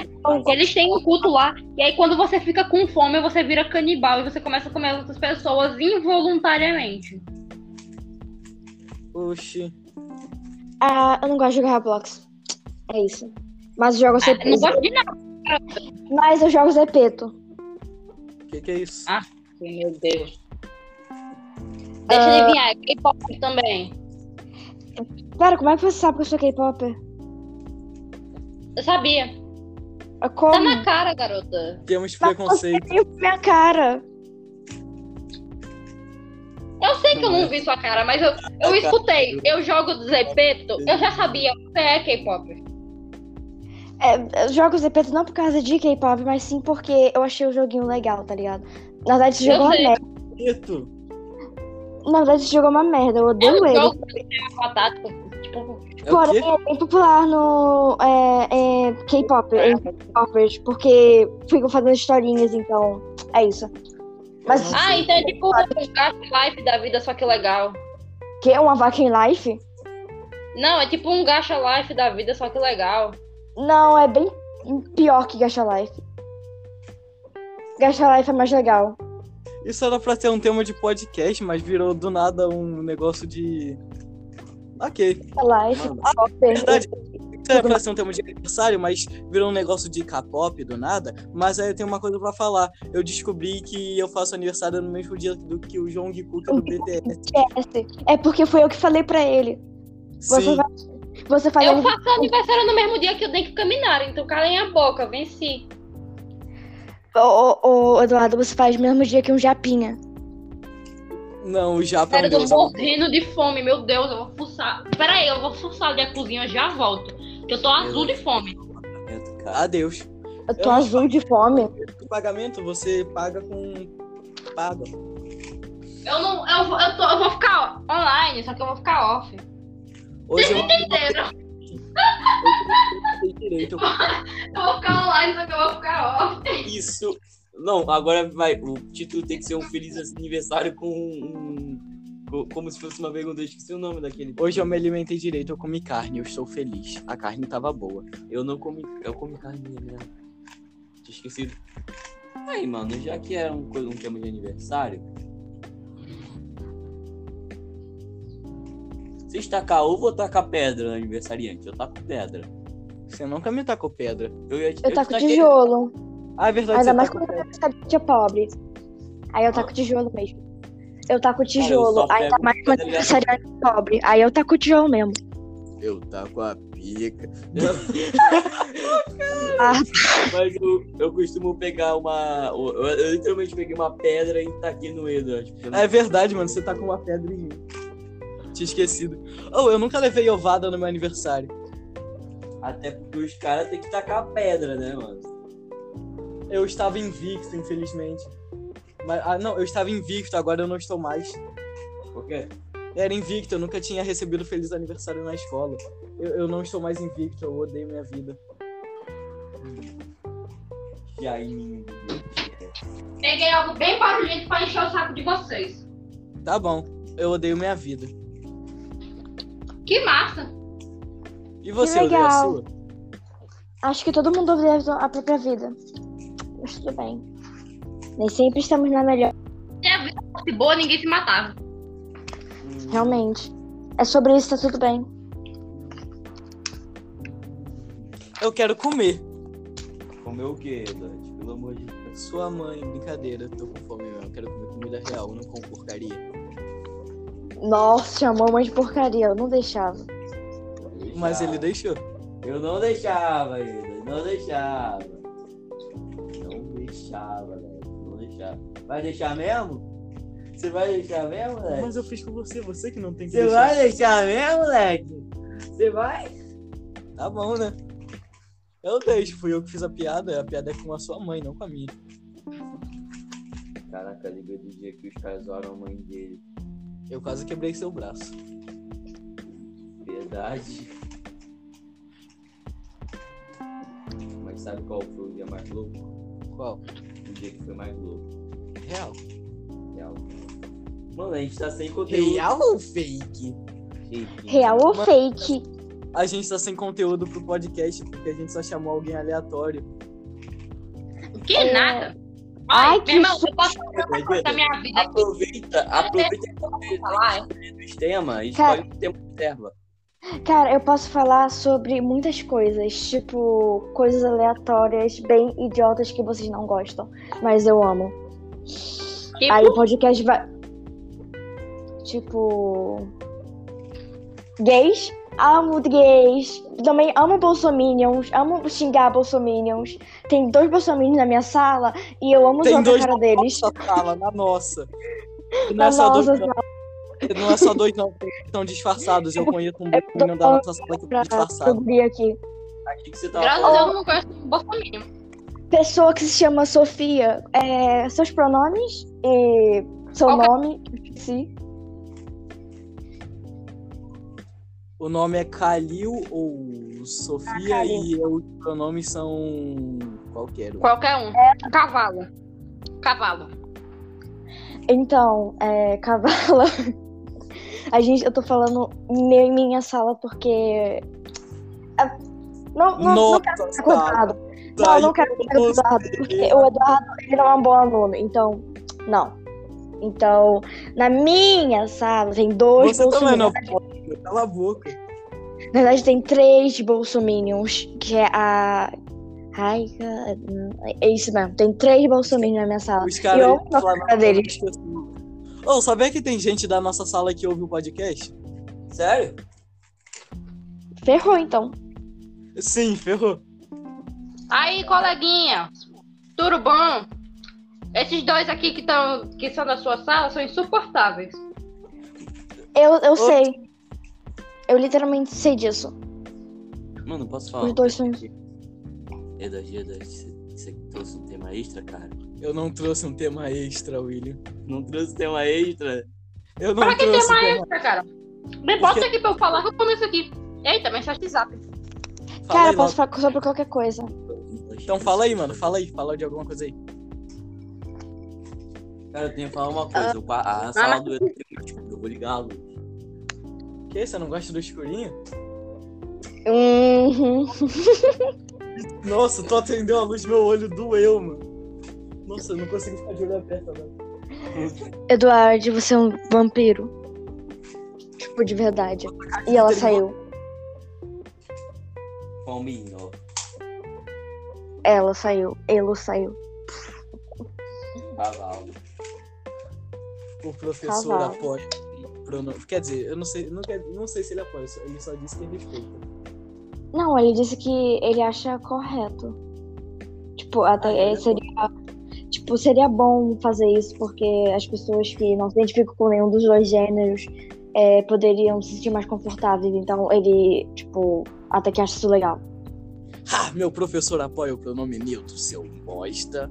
D: eles têm um culto lá. E aí, quando você fica com fome, você vira canibal e você começa a comer outras pessoas involuntariamente.
A: Oxi.
B: Ah, eu não gosto de jogar Roblox. É isso. Mas eu jogo
D: Eu Ah,
B: CP.
D: não gosto de nada.
B: Mas eu jogo Zepeto.
A: Que que é isso?
D: Ah. Meu Deus. Deixa eu adivinhar,
B: Ah.
D: é K-pop também.
B: Pera, como é que você sabe que eu sou K-Popper?
D: Eu sabia.
B: Eu É Como?
D: Tá na cara, garota.
A: Temos
B: Mas você
A: preconceito.
B: viu minha cara.
D: Eu sei que eu não vi sua cara, mas eu, eu escutei. Eu jogo do Zepeto, eu já sabia. Você é K-pop.
B: É, eu jogo Zepeto não por causa de K-Pop, mas sim porque eu achei o joguinho legal, tá ligado? Na verdade, esse
D: Eu
B: jogo é uma
D: sei.
B: merda.
A: Preconceito.
B: Na verdade, esse jogo é uma merda. Eu
D: Eu
B: odeio ele.
D: jogo com batata. Tipo,
A: É o
B: Porém,
A: quê?
B: é bem popular no é, é, K-pop, em K-popers, porque ficam fazendo historinhas, então é isso. Mas
A: Eu
D: ah, então é tipo um Gaff Life da vida, só que legal.
B: que é uma vaca em life?
D: Não, é tipo um gacha life da vida, só que legal.
B: Não, é bem pior que Gacha Life. Gacha Life é mais legal.
A: Isso era pra ser um tema de podcast, mas virou do nada um negócio de. Ok.
B: Gacha Life,
A: Mano, é
B: Popper,
A: verdade. Isso era pra ser um tema de aniversário, mas virou um negócio de K-pop do nada. Mas aí eu tenho uma coisa pra falar. Eu descobri que eu faço aniversário no mesmo dia do que o João Gikuka do BTS.
B: BTS. É porque foi eu que falei pra ele. Você,
A: Sim,
B: vai, você faz
D: eu
B: aniversário.
D: faço aniversário no mesmo dia que eu tenho que caminhar, então calem a boca, venci.
B: Ô, ô, ô, Eduardo, você faz no mesmo dia que um japinha.
A: não, o Japa é um
D: Cara, eu tô
A: deus.
D: morrendo de fome, meu Deus, eu vou fuçar. Pera aí, eu vou fuçar ali a cozinha, eu já volto. Que eu tô azul de fome.
C: cara.
A: Adeus.
B: Eu tô
A: Eu não
B: azul de fome.
A: O pagamento você paga com. Paga.
D: Eu não. Eu, vou- eu, tô, eu vou ficar online, só que eu vou ficar off.
A: Hoje eu
D: Entenderam?
A: tenho direito.
D: Eu vou ficar online, só que eu vou ficar off.
C: Isso. Não, agora vai. O título tem que ser um feliz aniversário com um. co- Como se fosse uma pergunta. Eu esqueci o nome daquele.
A: Hoje eu me alimentei direito, eu comi carne, eu estou feliz. A carne tava boa.
C: Eu não comi. Eu comi carne, né? Tinha esquecido. Aí, mano, já que era um, coisa- um tema de aniversário. Vocês tacar ovo ou tacar pedra no aniversariante? Eu taco pedra.
A: Você nunca me tacou pedra.
C: Eu, ia,
B: Eu
A: tá
B: taco
C: taquei-
B: tijolo.
A: Ah, é verdade,
B: Ainda
A: você
B: mais
A: tacou
B: quando
A: pedra.
B: eu tinha pobre. Aí eu taco tijolo mesmo. Eu taco
C: só
B: tijolo,
C: pego
B: ainda mais quando
C: pedra
B: eu
C: e
B: aniversariante pobre. Aí eu taco tijolo mesmo.
A: Eu taco a pica.
C: Mas eu, eu costumo pegar uma. Eu, eu literalmente peguei uma pedra e taquei no Edo. acho que eu não-
A: É verdade, mano, você tá com uma pedra em mim. Tinha esquecido. Oh, eu nunca levei ovada no meu aniversário.
C: Até porque os caras têm que tacar pedra, né, mano?
A: Eu estava invicto, infelizmente. Mas, ah, não, eu estava invicto, agora eu não estou mais.
C: Porque
A: Eu era invicto, eu nunca tinha recebido feliz aniversário na escola. Eu, eu não estou mais invicto, eu odeio minha vida.
C: já em mim.
D: Peguei algo bem barulhento pra encher o saco de vocês.
A: Tá bom, eu odeio minha vida.
D: Que massa!
A: E você, odeia a
B: legal.
A: sua?
B: Acho que todo mundo deve a própria vida. Mas tudo bem. Nem sempre estamos na melhor,
D: Se a vida fosse boa, ninguém se matava.
B: realmente. É sobre isso, tá tudo bem.
A: Eu quero comer.
C: Comeu o quê, Dante? né? Tipo, Pelo amor de Deus.
A: Sua mãe, brincadeira, tô com fome mesmo. Eu quero comer comida real, não com porcaria.
B: Nossa, chamou mãe de porcaria, eu não deixava.
A: Mas ele deixou.
C: Eu não deixava, Ida. Não deixava. Não deixava, velho. Não deixava. Vai deixar mesmo? Você vai deixar mesmo, moleque?
A: Mas eu fiz com você, você que não tem que
C: Você vai deixar mesmo, moleque? Você vai?
A: Tá bom, né? Eu deixo, fui eu que fiz a piada. A piada é com a sua mãe, não com a minha.
C: Caraca, lembrei do dia que os caras zoaram a mãe dele.
A: Eu quase quebrei seu braço.
C: Verdade. Mas sabe qual foi o dia mais louco?
A: Qual?
C: O dia que foi mais louco.
A: Real.
C: Real. Mano, a gente tá sem conteúdo.
A: Real ou fake?
C: Enfim.
B: Real ou
A: Mas-
B: fake?
A: A gente tá sem conteúdo pro podcast porque a gente só chamou alguém aleatório.
D: Que
B: É.
D: nada.
B: Ai,
D: meu
B: que
D: irmão,
B: susto.
D: eu posso falar uma coisa da minha vida aqui.
C: Aproveita, aproveita que
D: pra falar?
C: o tema e
B: Cara.
C: escolhe o tema que serva.
B: Cara, eu posso falar sobre muitas coisas, tipo coisas aleatórias, bem idiotas que vocês não gostam, mas eu amo.
D: Que
B: Aí o podcast vai. Tipo. Gays? Amo gays. Também amo bolsominions. Amo xingar bolsominions. Tem dois bolsominions na minha sala e eu amo
A: Tem
B: jogar
A: dois
B: a cara deles.
A: Nossa sala, na
B: (laughs)
A: nossa. E Não
B: Na
A: é só dois,
B: nossa
A: não. Não é só dois, não. Estão disfarçados.
B: É
A: Eu conheço um menino da nossa sala que tá
B: sala pra
A: disfarçado.
B: descobrir aqui.
C: Achei que você tava
D: Graças a
C: falando.
D: Deus eu não conheço o Bolsonaro.
B: Pessoa que se chama Sofia. é, seus pronomes e seu
D: Qual que é?
B: nome. Esqueci.
A: O nome é Kalil ou Sofia
B: Ah, Kalil.
A: e os pronomes são. Qualquer um.
D: Qualquer um. Cavalo. Cavalo.
B: Então, é, Cavala. A gente, eu tô falando meu e minha sala porque. Ah, Não, não, não quero
A: Nossa,
B: ser acusado.
A: tá,
B: Não, não quero ser
A: eu
B: acusado. Porque o Eduardo ele não é um bom aluno. Então, não. Então, na minha sala tem dois
A: Você tá também não
B: bolsominions.
A: pode. Cala a boca.
B: Na verdade, tem três bolsominions, que é a. Ai, cara, é isso mesmo. Tem três bolsominions na minha sala.
A: Os caras.
B: Ah, eu não
A: falam-
B: gosto deles.
A: assim. Ô, sabia que tem gente da nossa sala que ouve o podcast?
C: Sério?
B: Ferrou, então.
A: Sim, ferrou.
D: Aí, coleguinha. Tudo bom? Esses dois aqui que, tão, que são da sua sala são insuportáveis.
B: Eu, eu sei. Eu literalmente sei disso.
C: Mano, posso falar?
B: Os dois são.
C: Edad, Edad, é você você trouxe um tema extra, cara?
A: Eu não trouxe um tema extra, William.
C: Não trouxe tema extra?
A: Eu não
D: Pra que
A: trouxe um
D: tema
A: tema
D: extra, cara? Me bota aqui pra eu falar que eu começo aqui. Eita, mensagem de zap.
A: Fala
B: Cara,
A: aí,
B: eu posso
A: Laura.
B: falar sobre qualquer coisa.
A: Então fala aí, mano. Fala aí. Fala de alguma coisa aí.
C: Cara, eu tenho que falar uma coisa. o pa- A sala do Edu tem um escuro, eu vou ligar a luz.
A: Que? Você não gosta do escurinho?
B: Uhum.
A: Nossa, tu atendeu a luz, meu olho doeu, mano. Nossa, eu não consigo ficar de olho aberto agora.
B: Eduardo, você é um vampiro. tipo, de verdade. E ela saiu.
C: Palminho.
B: Ela saiu. Elo saiu.
C: Cavalo.
A: O professor
B: Cavalo.
A: apoia. o prono- Quer dizer, eu não sei, não, quer- não sei se ele apoia, só- ele só disse que ele respeita.
B: Não, ele disse que ele acha correto. Tipo, até
A: Ah, ele é
B: seria. Tipo, seria bom fazer isso, porque as pessoas que não se identificam com nenhum dos dois gêneros é, poderiam se sentir mais confortáveis. Então ele, tipo, até que acha isso legal.
A: Ah, meu professor apoia o pronome neutro, seu bosta.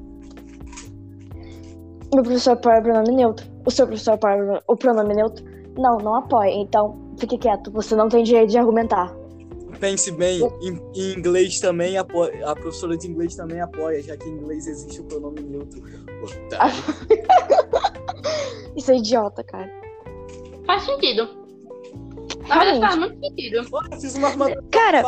B: Meu professor apoia o pronome neutro. O seu professor apoia o pronome neutro? Não, não apoia. Então, fique quieto. Você não tem direito de argumentar.
A: Pense bem, em, em inglês também apoia, a professora de inglês também apoia, já que em inglês existe o pronome neutro. Otário.
B: Isso é idiota, cara.
D: Faz sentido. Na verdade, faz muito sentido.
A: Olha, Ah, fiz uma armadura.
B: Cara,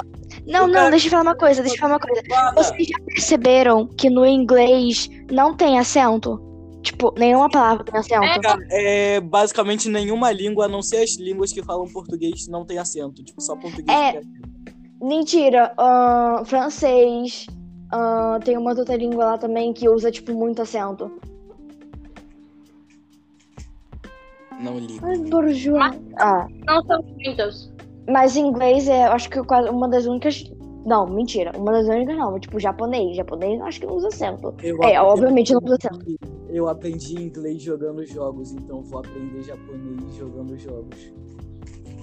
B: não,
A: O
B: não,
A: cara-
B: deixa eu falar uma coisa, deixa eu falar uma coisa. Vocês já perceberam que no inglês não tem acento? Tipo, nenhuma palavra tem acento.
A: Cara, é, basicamente nenhuma língua, a não ser as línguas que falam português, não tem acento. Tipo, só português.
B: É.
A: que
B: Mentira, ahn, francês, ahn, tem uma outra língua lá também que usa, tipo, muito acento.
A: Não ligo.
B: Ai, bourgeois. Ah,
D: Não são muitas.
B: mas inglês é, eu acho que quase uma das únicas... Não, mentira, uma das únicas não, tipo, japonês. Japonês eu acho que não usa acento.
A: Eu
B: É,
A: aprendi-
B: obviamente não usa acento.
A: Eu aprendi inglês jogando jogos, então vou aprender japonês jogando jogos.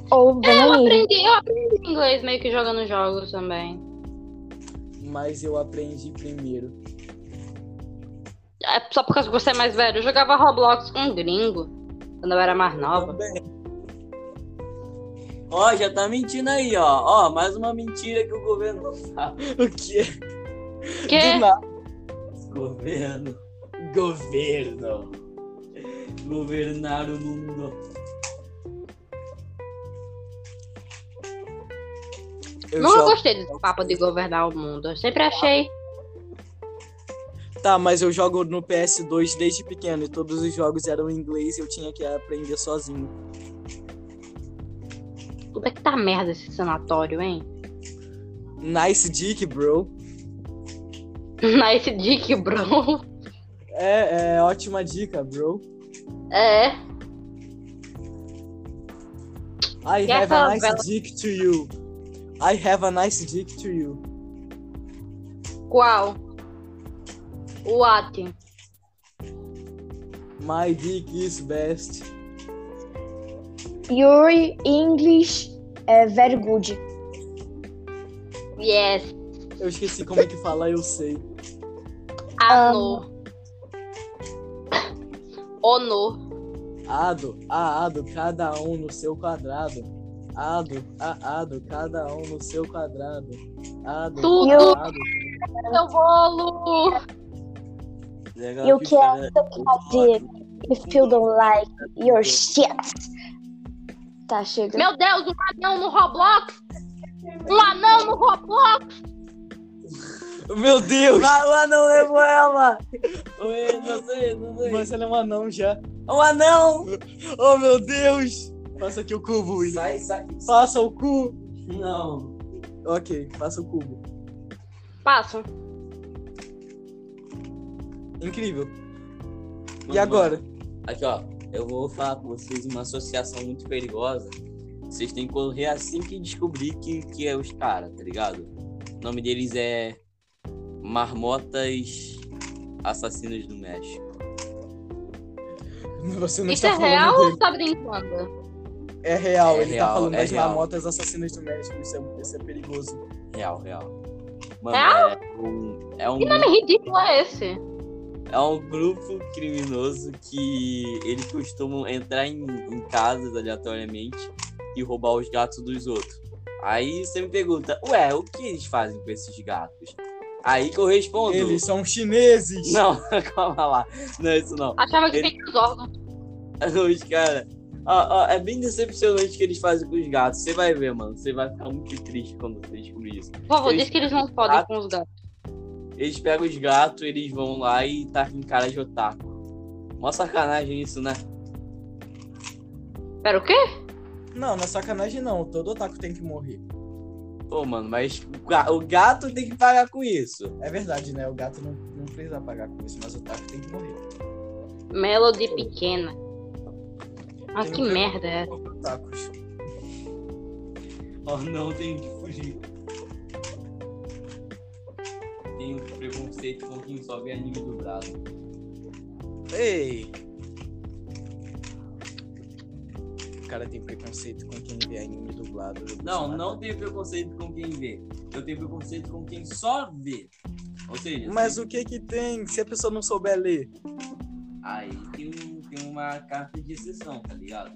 B: Ou
D: É, Eu
B: benami.
D: aprendi, eu aprendi inglês meio que jogando jogos também.
A: Mas eu aprendi primeiro.
D: É só por causa que você é mais velho. Eu jogava Roblox com um gringo quando eu era mais nova.
A: Também.
C: Ó, já tá mentindo aí, ó. Ó, mais uma mentira que o governo não sabe.
A: (laughs) O quê? Do
D: Que?
A: nada.
C: Governo. Governo. Governar o mundo.
A: Eu
D: Nunca
A: jogo...
D: gostei desse papo de governar o mundo. Eu sempre achei.
A: Tá, mas eu jogo no PS2 desde pequeno e todos os jogos eram em inglês e eu tinha que aprender sozinho.
D: Como é que tá merda esse sanatório, hein? (laughs)
A: Nice dick, bro.
D: Nice dick, bro.
A: É, é ótima dica, bro.
D: É.
A: I
D: E a
A: have a nice
D: favela?
A: dick to you. I have a nice dick to you.
D: Qual? O Atin.
A: My dick is best.
B: Yuri English é very good.
D: Yes.
A: Eu esqueci como é que fala, eu sei.
D: Ano. (coughs) Ono.
A: Ado, aado, cada um no seu quadrado. Ado, aado, cada um no seu quadrado. Ado,
D: Tudo.
A: aado.
D: Meu bolo.
C: Legal
B: You
C: os cara-
B: can't If you don't like your shit. Tá, chega.
D: Meu Deus, um anão no Roblox. Um anão no Roblox.
A: Meu Deus!
C: Ah, o anão levou ela! Oi, não sei, não sei.
A: Mas ela é um anão já.
C: O anão!
A: Oh, meu Deus! Passa aqui o cubo, William.
C: Sai, sai.
A: Passa o cu.
C: Não.
A: Ok, passa o cubo.
D: Passa.
A: Incrível. E
C: Mano,
A: agora?
C: Aqui, ó. Eu vou falar com vocês uma associação muito perigosa. Vocês têm que correr assim que descobrir que, que é os caras, tá ligado? O nome deles é Marmotas Assassinos do México.
A: Você não
D: Isso
A: tá
D: é real
A: falando
D: ou tá brincando?
A: dele. É real,
C: É
A: ele tá
C: real,
A: falando
C: é
A: das
C: real.
A: mamotas assassinas do México. Isso é, isso é perigoso.
C: Real, real. Mano,
D: Real?
C: é um. É um
D: Que nome ridículo é esse?
C: É um grupo criminoso que eles costumam entrar em, em casas aleatoriamente e roubar os gatos dos outros. Aí você me pergunta, ué, o que eles fazem com esses gatos? Aí que eu respondo.
A: Eles são chineses!
C: Não, (laughs) calma lá. Não é isso não.
D: Achava que
C: Ele-
D: tem os órgãos.
C: Os caras. Ó, ó, é bem decepcionante o que eles fazem com os gatos. Você vai ver, mano. Você vai ficar muito triste quando você descobrir isso.
D: Por favor,
C: Ele-
D: diz que eles não podem com os gatos.
C: Eles pegam os gatos, eles vão lá e tacam em cara de otaku. Mó sacanagem isso, né?
D: Pera, o quê?
A: Não, não é sacanagem não. Todo otaku tem que morrer.
C: Pô, mano, mas o ga- o gato tem que pagar com isso.
A: É verdade, né? O gato não, não precisa pagar com isso, mas o otaku tem que morrer.
D: Melody pequena. Ah,
A: Tem
D: que
A: um-
D: merda é essa?
A: Otakus.
C: Oh, não, tenho que fugir. Tenho um preconceito com quem só vê anime dublado.
A: Ei! O cara tem preconceito com quem vê anime dublado.
C: Não, não tenho preconceito com quem vê. Eu tenho preconceito com quem só vê. Ou seja,
A: Mas o que que tem se a pessoa não souber ler?
C: aí tem, um- tem uma carta de exceção, tá ligado?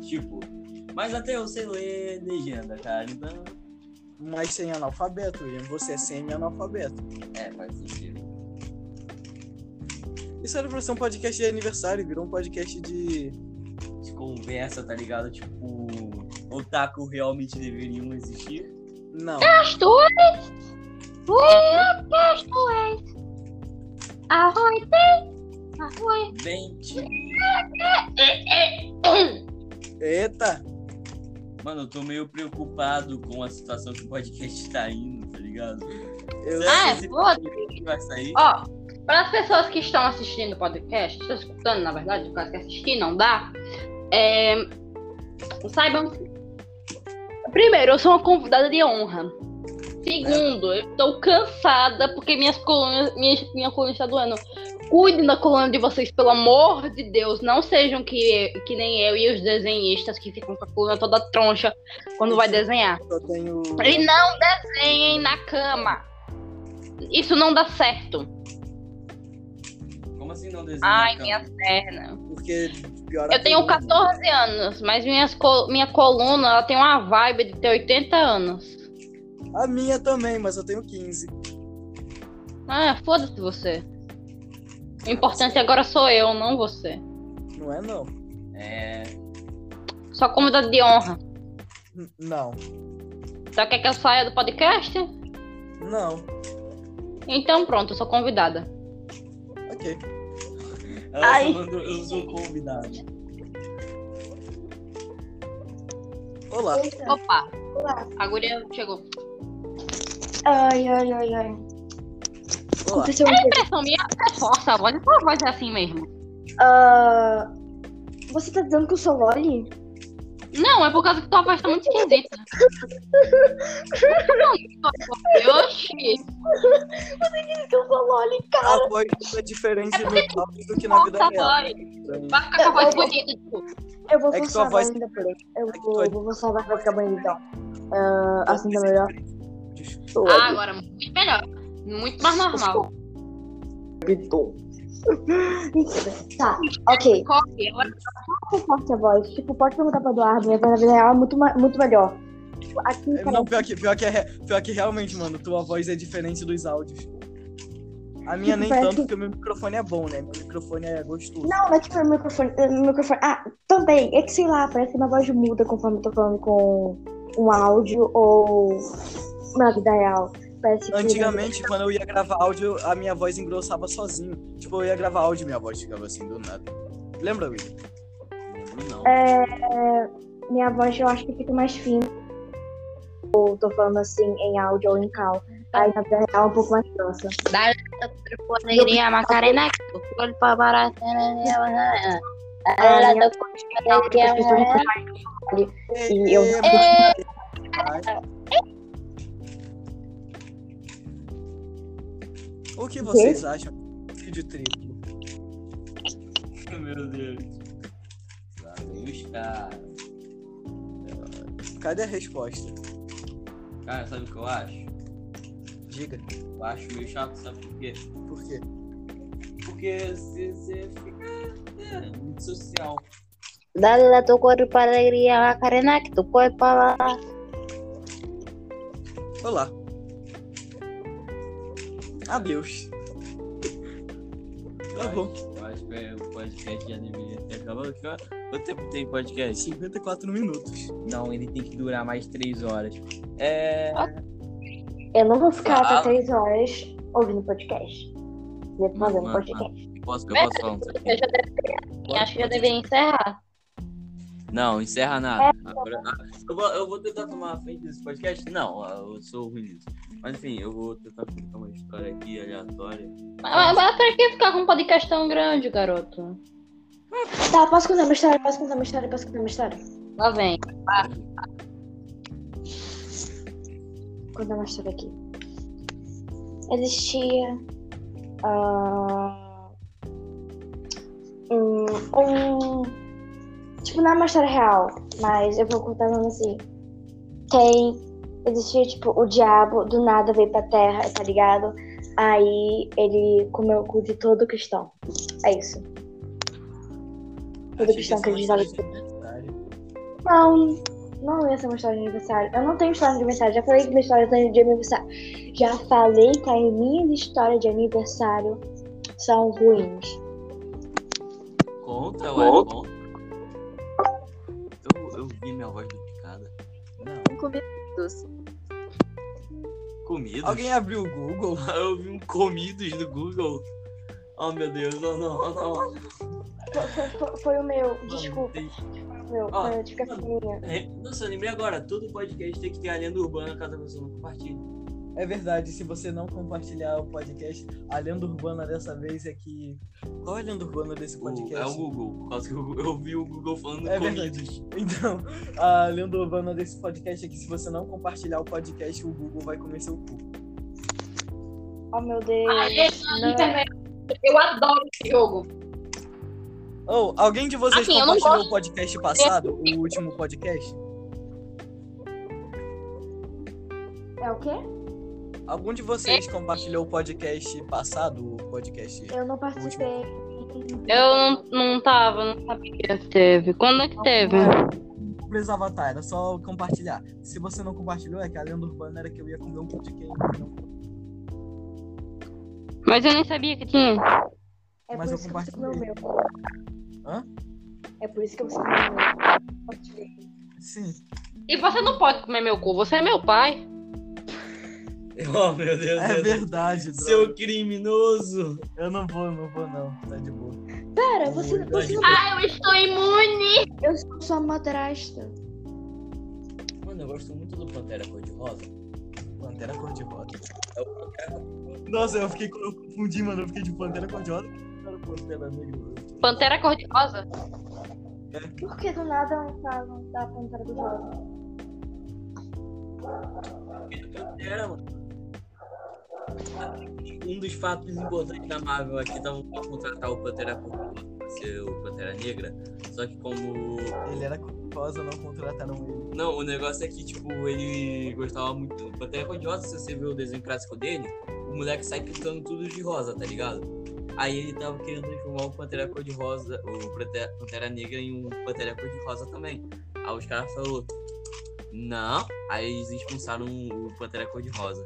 C: Tipo, mas até eu sei ler legenda, cara. Então,
A: Mas sem analfabeto, Ian. Você é semi-analfabeto.
C: é, faz sentido.
A: Isso era pra ser um podcast de aniversário, virou um podcast de.
C: De conversa, tá ligado? Tipo, otaku realmente deveriam existir.
A: Não.
D: Pastor! Oi, pastor! Arroz! Arroz!
C: Bem, tipo,
A: Eita!
C: mano, eu tô meio preocupado com a situação que o podcast tá indo, tá ligado?
A: Eu...
D: Ah, é
C: Esse
D: foda.
C: podcast vai sair.
D: Ó, para as pessoas que estão assistindo o podcast, estão escutando, na verdade, por causa que assistir não dá, é, saibam. que- Primeiro, eu sou uma convidada de honra. Segundo, eu estou cansada porque minhas colunas, minha, minha coluna está doendo. Cuidem da coluna de vocês, pelo amor de Deus. Não sejam que, que nem eu e os desenhistas que ficam com a coluna toda troncha quando vai desenhar.
A: Só tenho.
D: E não desenhem na cama. Isso não dá certo.
C: Como assim não desenha? na
D: Ai,
C: cama?
D: minhas pernas.
A: Porque pior a
D: Eu tenho
A: coluna.
D: 14 anos, mas minhas col- minha coluna ela tem uma vibe de ter 80 anos.
A: A minha também, mas eu tenho 15.
D: Ah, foda-se você. O importante agora sou eu, não você.
A: Não é não.
C: É,
D: Só convidado de honra.
A: N- Não.
D: Só quer que eu saia do podcast?
A: Não.
D: Então pronto, eu sou convidada.
A: Ok.
C: ela tá
D: Ai.
C: falando, eu sou convidado. (laughs)
A: Olá.
B: Eita.
D: Opa,
B: Olá.
D: a guria chegou.
B: Ai, ai, ai, ai.
A: Olá.
B: Aconteceu uma coisa.
D: Impressão minha (laughs) é força, a voz, a voz é assim mesmo.
B: Ah, você tá dizendo que eu sou Loli?
D: Não, é por causa que tua voz tá muito esquisita. Não, oxi.
B: Diz que eu sou Loli, cara.
A: A voz é diferente no palco do que na vida real.
D: Vai ficar com a voz bonita, tipo.
B: Eu vou
A: É que
B: forçar
A: tua
B: a
A: voz- é
B: voz ainda por aí. Eu
A: que
B: vou,
A: tua-
B: eu vou forçar a voz pra ficar bonita, então. Ah, assim
A: é
B: tá melhor.
D: Ah, agora muito melhor. Muito mais normal.
B: Pitou. tá, ok.
D: Corre, ela-
B: Como forte a voz? Tipo, pode perguntar pra Eduardo, minha voz na vida real é muito, ma- muito melhor. Tipo, aqui em
A: Não, pior que, pior, que é, re- pior que realmente, mano, tua voz é diferente dos áudios. A minha nem
B: Parece-
A: tanto, porque o meu microfone é bom, né? Meu microfone é gostoso.
B: Não, não é tipo o microfone, é o microfone. Ah, também. É que sei lá, parece que minha voz muda conforme eu tô falando com um áudio ou na vida real. Parece que.
A: Antigamente, quando eu ia gravar áudio, a minha voz engrossava sozinho. Tipo, eu ia gravar áudio e minha voz ficava assim do nada. Lembra, Will?
C: Lembro não.
B: É, é, minha voz eu acho que fica mais fina. Ou tô falando assim em áudio ou em cal. Aí na vida real é um pouco mais grossa.
D: Alegria, Macarena, olho pra barata, né, (laughs) né, né, né. Ela
B: minha-
D: tá com
B: As
D: alegria,
B: pessoas não
D: né.
B: E eu-
A: É, O que vocês acham de vídeo triplo?
C: Meu Deus. Lá vem os caras.
A: Cadê a resposta?
C: Cara, sabe o que eu acho?
A: Diga,
C: Eu acho meio chato, sabe por quê?
A: por quê?
C: Porque você você fica é, muito social.
D: Dale da tu corpo para alegria, Macarena, que tu corpo para lá.
A: Olá. Adeus. Tá bom.
C: Eu acho que é, o podcast já deveria ter acabado. Que hora- Quanto tempo tem podcast?
A: 54 minutos.
C: Não, ele tem que durar mais três horas. É.
B: Eu não vou ficar
C: Ah.
B: até três horas ouvindo podcast. Fazendo
C: Mano,
B: podcast.
C: Eu posso, eu posso falar um pouquinho?
D: Acho que já deveria encerrar.
C: Não, encerra nada. Agora- ah, eu, vou, eu vou tentar tomar a frente desse podcast. Não, ah, eu sou ruim nisso. Mas enfim, eu vou tentar contar uma história aqui aleatória.
D: Mas, mas pra que ficar com um podcast tão grande, garoto?
B: Tá, posso contar uma história? Posso contar uma história? Posso contar uma história?
D: Lá vem.
B: contar uma história aqui. Existia ah, um, um. Tipo, não é uma história real, mas eu vou contar mesmo assim. Tem. Existia, tipo, o diabo do nada veio pra terra, tá ligado? Aí ele comeu o cu de todo cristão. É isso. Todo
C: Achei
B: cristão
C: que
B: que
C: essa
B: eles
C: é uma
B: olham.
A: um
C: história aleatória.
B: Não, não ia ser uma história de aniversário. Eu não tenho história de aniversário. Já falei que minha história tá de aniversário. Já falei que as minhas histórias de aniversário são ruins.
C: Conta, ué, conta. Eu, eu vi minha voz duplicada. Não,
F: Comidos.
C: comidos.
A: Alguém abriu o Google?
C: (laughs) Eu vi um comidos do Google. Oh meu Deus, oh não, oh não.
B: Foi, foi- foi- foi o meu, desculpa,
C: Mano, tem-
B: foi o meu,
C: Ó,
B: foi a desculpa minha.
C: É, Nossa, eu lembrei agora, todo podcast tem que ter a lenda urbana caso a pessoa não compartilhe.
A: É verdade, se você não compartilhar o podcast, a lenda urbana dessa vez é que. Qual é a lenda urbana desse
C: O-
A: podcast?
C: É o Google, por causa que eu, eu vi o Google falando
A: É verdade.
C: comidos.
A: Então, a lenda urbana desse podcast é que se você não compartilhar o podcast, o Google vai comer seu cu.
B: Oh meu
D: Ah,
B: Deus.
E: Aí,
D: Né?
B: Não.
E: eu adoro esse jogo.
A: Ou, alguém de vocês
F: Assim, eu não
A: compartilhou o podcast passado? O último podcast?
B: É o quê?
A: Algum de vocês compartilhou o podcast passado? O podcast.
B: Eu não participei.
D: Eu não, não tava, não sabia que teve. Quando é que teve?
A: Não precisava estar, era só compartilhar. Se você não compartilhou, é que a lenda urbana era que eu ia comer um cu de quem. não.
D: Mas eu nem sabia que tinha.
B: É
A: Mas
B: por
A: eu
B: isso que você comeu o meu.
A: Hã?
B: É por isso que você comeu o meu. Eu compartilhei.
A: Sim.
D: E você não pode comer meu cu, você é meu pai.
C: Oh meu Deus,
A: É
C: (laughs) meu Deus.
A: verdade, droga.
C: seu criminoso.
A: Eu não vou, não vou, não. Tá de boa.
B: Pera, você, você não.
D: Ah, eu estou imune!
B: Eu sou sua madrasta.
C: Mano, eu gosto muito do Pantera Cor-de-Rosa.
A: Pantera cor-de-rosa. Nossa, eu fiquei. Eu confundi, mano. Eu fiquei de pantera cor-de-rosa. Era Pantera negra.
D: Pantera cor-de-rosa.
B: Por que do nada um falam da Pantera do Rosa?
C: Pantera, mano. Um dos fatos importantes da Marvel aqui tava pra contratar o Pantera Cor-de-Rosa pra ser o Pantera Negra. Só que como.
A: Ele era cor-de-rosa, não contrataram ele.
C: Não, o negócio é que, tipo, ele gostava muito. tipo, do Pantera Cor-de-Rosa, se você ver o desenho clássico dele, o moleque sai pintando tudo de rosa, tá ligado? Aí ele tava querendo transformar o Pantera Cor-de-Rosa, o Pante- Pantera Negra em um Pantera Cor-de-Rosa também. Aí os caras falaram, não. Aí eles expulsaram o Pantera Cor-de-Rosa.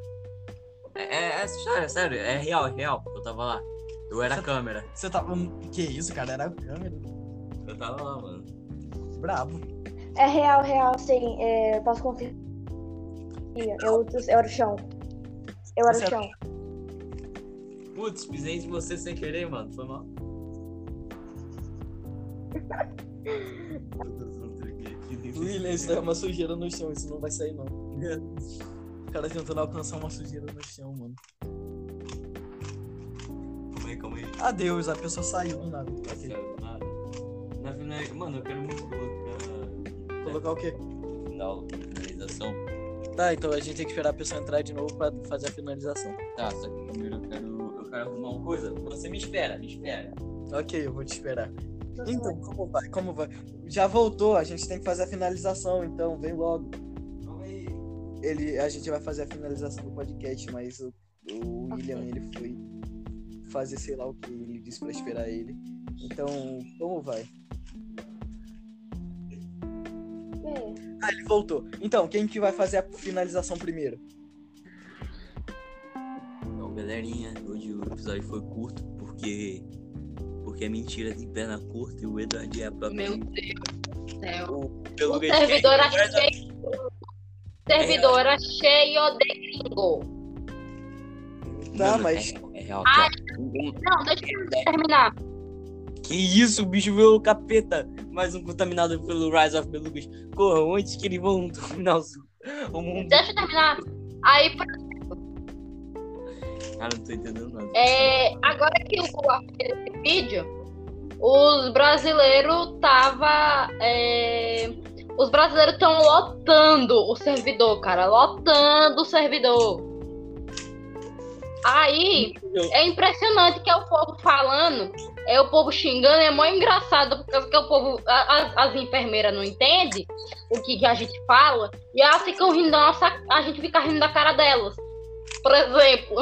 C: É, é- é essa história, sério, é real, é real. Eu tava lá. Eu era a câmera.
A: Você tava. um- Que isso, cara? Era a câmera.
C: Eu tava lá, mano.
A: Bravo.
B: É real, real, sim. É, posso confirmar. Eu, eu era o chão. Eu era
A: Você
B: o
A: era-
B: chão.
C: Putz, pisei em você sem querer, mano. Foi mal.
A: William,
C: né?
A: isso é uma sujeira no chão. Isso não vai sair, não. (laughs) O cara tentando alcançar uma sujeira no chão, mano.
C: Calma aí, calma aí. Tá
A: Adeus, a pessoa saiu do nada. Ok.
C: Nada. Na final, mano, eu quero muito colocar.
A: Colocar o quê?
C: Final, finalização.
A: Tá, então a gente tem que esperar a pessoa entrar de novo pra fazer a finalização.
C: Tá, só que primeiro eu quero, eu quero arrumar uma coisa. Você me espera, me espera.
A: Ok, eu vou te esperar.
C: Tá
A: Então, como vai? Como vai? Já voltou, a gente tem que fazer a finalização, então vem logo.
C: Calma aí.
A: Ele, a gente vai fazer a finalização do podcast, mas o, o William, ele foi fazer sei lá o que ele disse pra esperar ele. Então, como vai?
B: É.
A: Ah, ele voltou. Então, quem que vai fazer a finalização primeiro? (laughs)
C: Então, galerinha, hoje o episódio foi curto porque. Porque a mentira tem perna curta e o Eduardo é a própria.
D: Meu Deus do céu.
C: Pelo
D: O
C: Gatecat,
D: servidor é
C: o Eduardo-
D: achei. Servidora cheio de gringo.
A: Tá,
C: Mano,
A: mas
C: É, é real, aqui, ó. é Um- um-
D: Não, deixa eu terminar.
C: Que isso, o bicho veio o capeta. Mais um contaminado pelo Rise of the Lucas. Corram, antes que eles vão dominar o, su- (laughs) o mundo.
D: Deixa eu terminar. Aí,
C: Cara, não tô entendendo nada.
D: é, agora que o Cuba fez esse vídeo, os brasileiros tava. é, os brasileiros estão lotando o servidor, cara. Lotando o servidor. Aí, é impressionante que é o povo falando, é o povo xingando, é mó engraçado, por causa que o povo, a- a- as enfermeiras não entendem o que, que a gente fala, e elas ficam rindo da nossa, a gente fica rindo da cara delas. Por exemplo.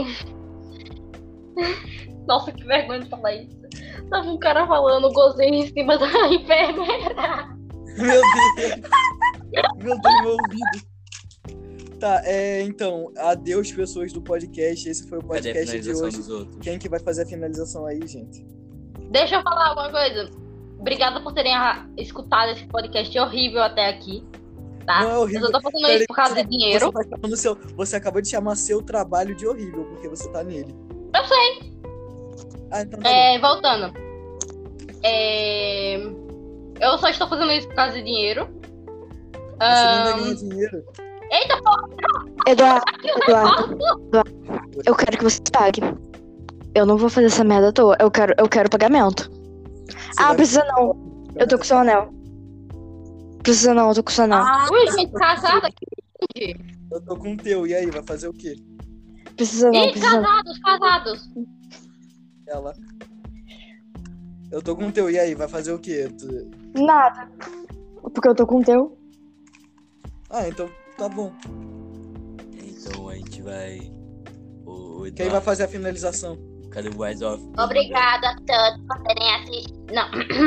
D: (laughs) Nossa, que vergonha de falar isso. Tava um cara falando gozinho em cima da (laughs) enfermeira.
A: Meu Deus! Meu Deus, meu ouvido. Tá, é, então, adeus, pessoas do podcast. Esse foi o
C: Cadê a
A: podcast de
C: finalização
A: hoje.
C: dos outros?
A: Quem que vai fazer a finalização aí, gente?
D: Deixa eu falar uma coisa. Obrigada por terem a- escutado esse podcast horrível até aqui. Tá?
A: Não é
D: Eu
A: horrível.
D: só tô fazendo
A: Peraí,
D: isso por causa de dinheiro.
A: Você, tá chamando seu- você acabou de chamar seu trabalho de horrível, porque você tá nele.
D: Eu
A: sei. Ah, então tá
D: É, voltando. É, Eu só estou fazendo isso por causa de dinheiro. Ah,
A: bom.
D: É,
A: Você não ainda ganha dinheiro.
B: Eduardo, Eduardo, Eduardo, eu quero que você pague. Eu não vou fazer essa merda à toa. Eu quero, eu quero pagamento.
A: Você
B: Ah,
A: vai-
B: precisa não. Eu tô com seu anel. Precisa não, eu tô com seu anel.
D: Ui, gente, casada. gente.
A: Eu tô com o teu. E aí, vai fazer o quê?
B: Precisa não,
D: Ih,
B: precisa não.
D: casados, casados.
A: Ela. Eu tô com o teu. E aí, vai fazer o quê? Tu-
B: Nada. Porque eu tô com o teu.
A: Ah, então tá bom.
C: Então a gente vai. O, o
A: Quem vai fazer a finalização?
C: Cadê o Rise of?
D: Obrigada a todos por terem assistido. Não.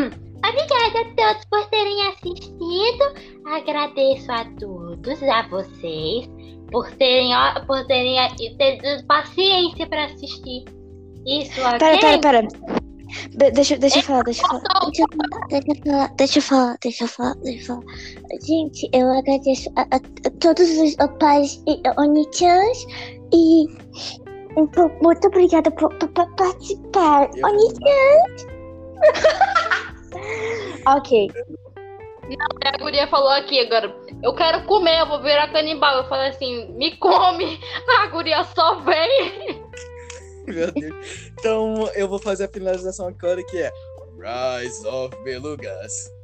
D: (clears throat)
F: Obrigada a todos por terem assistido. Agradeço a todos, a vocês, por terem, ó, por terem
D: eh,
F: a- e ter tido paciência para assistir. Isso aqui.
B: Pera, pera, pera. De- deixa,
A: É
B: deixa eu falar, deixa eu falar.
F: Deixa eu falar, deixa eu falar, deixa eu falar, deixa eu falar, deixa eu falar. Gente, eu agradeço a, a- a todos os opais e onichans e um po- muito obrigada por, por- por participar.
A: Eu-
F: Oni-
B: Ok.
D: A guria falou aqui agora. Eu quero comer, eu vou virar canibal. Eu falei assim, me come. (laughs) A guria só vem.
A: (laughs) Meu Deus. Então eu vou fazer a finalização agora que é Rise of Belugas.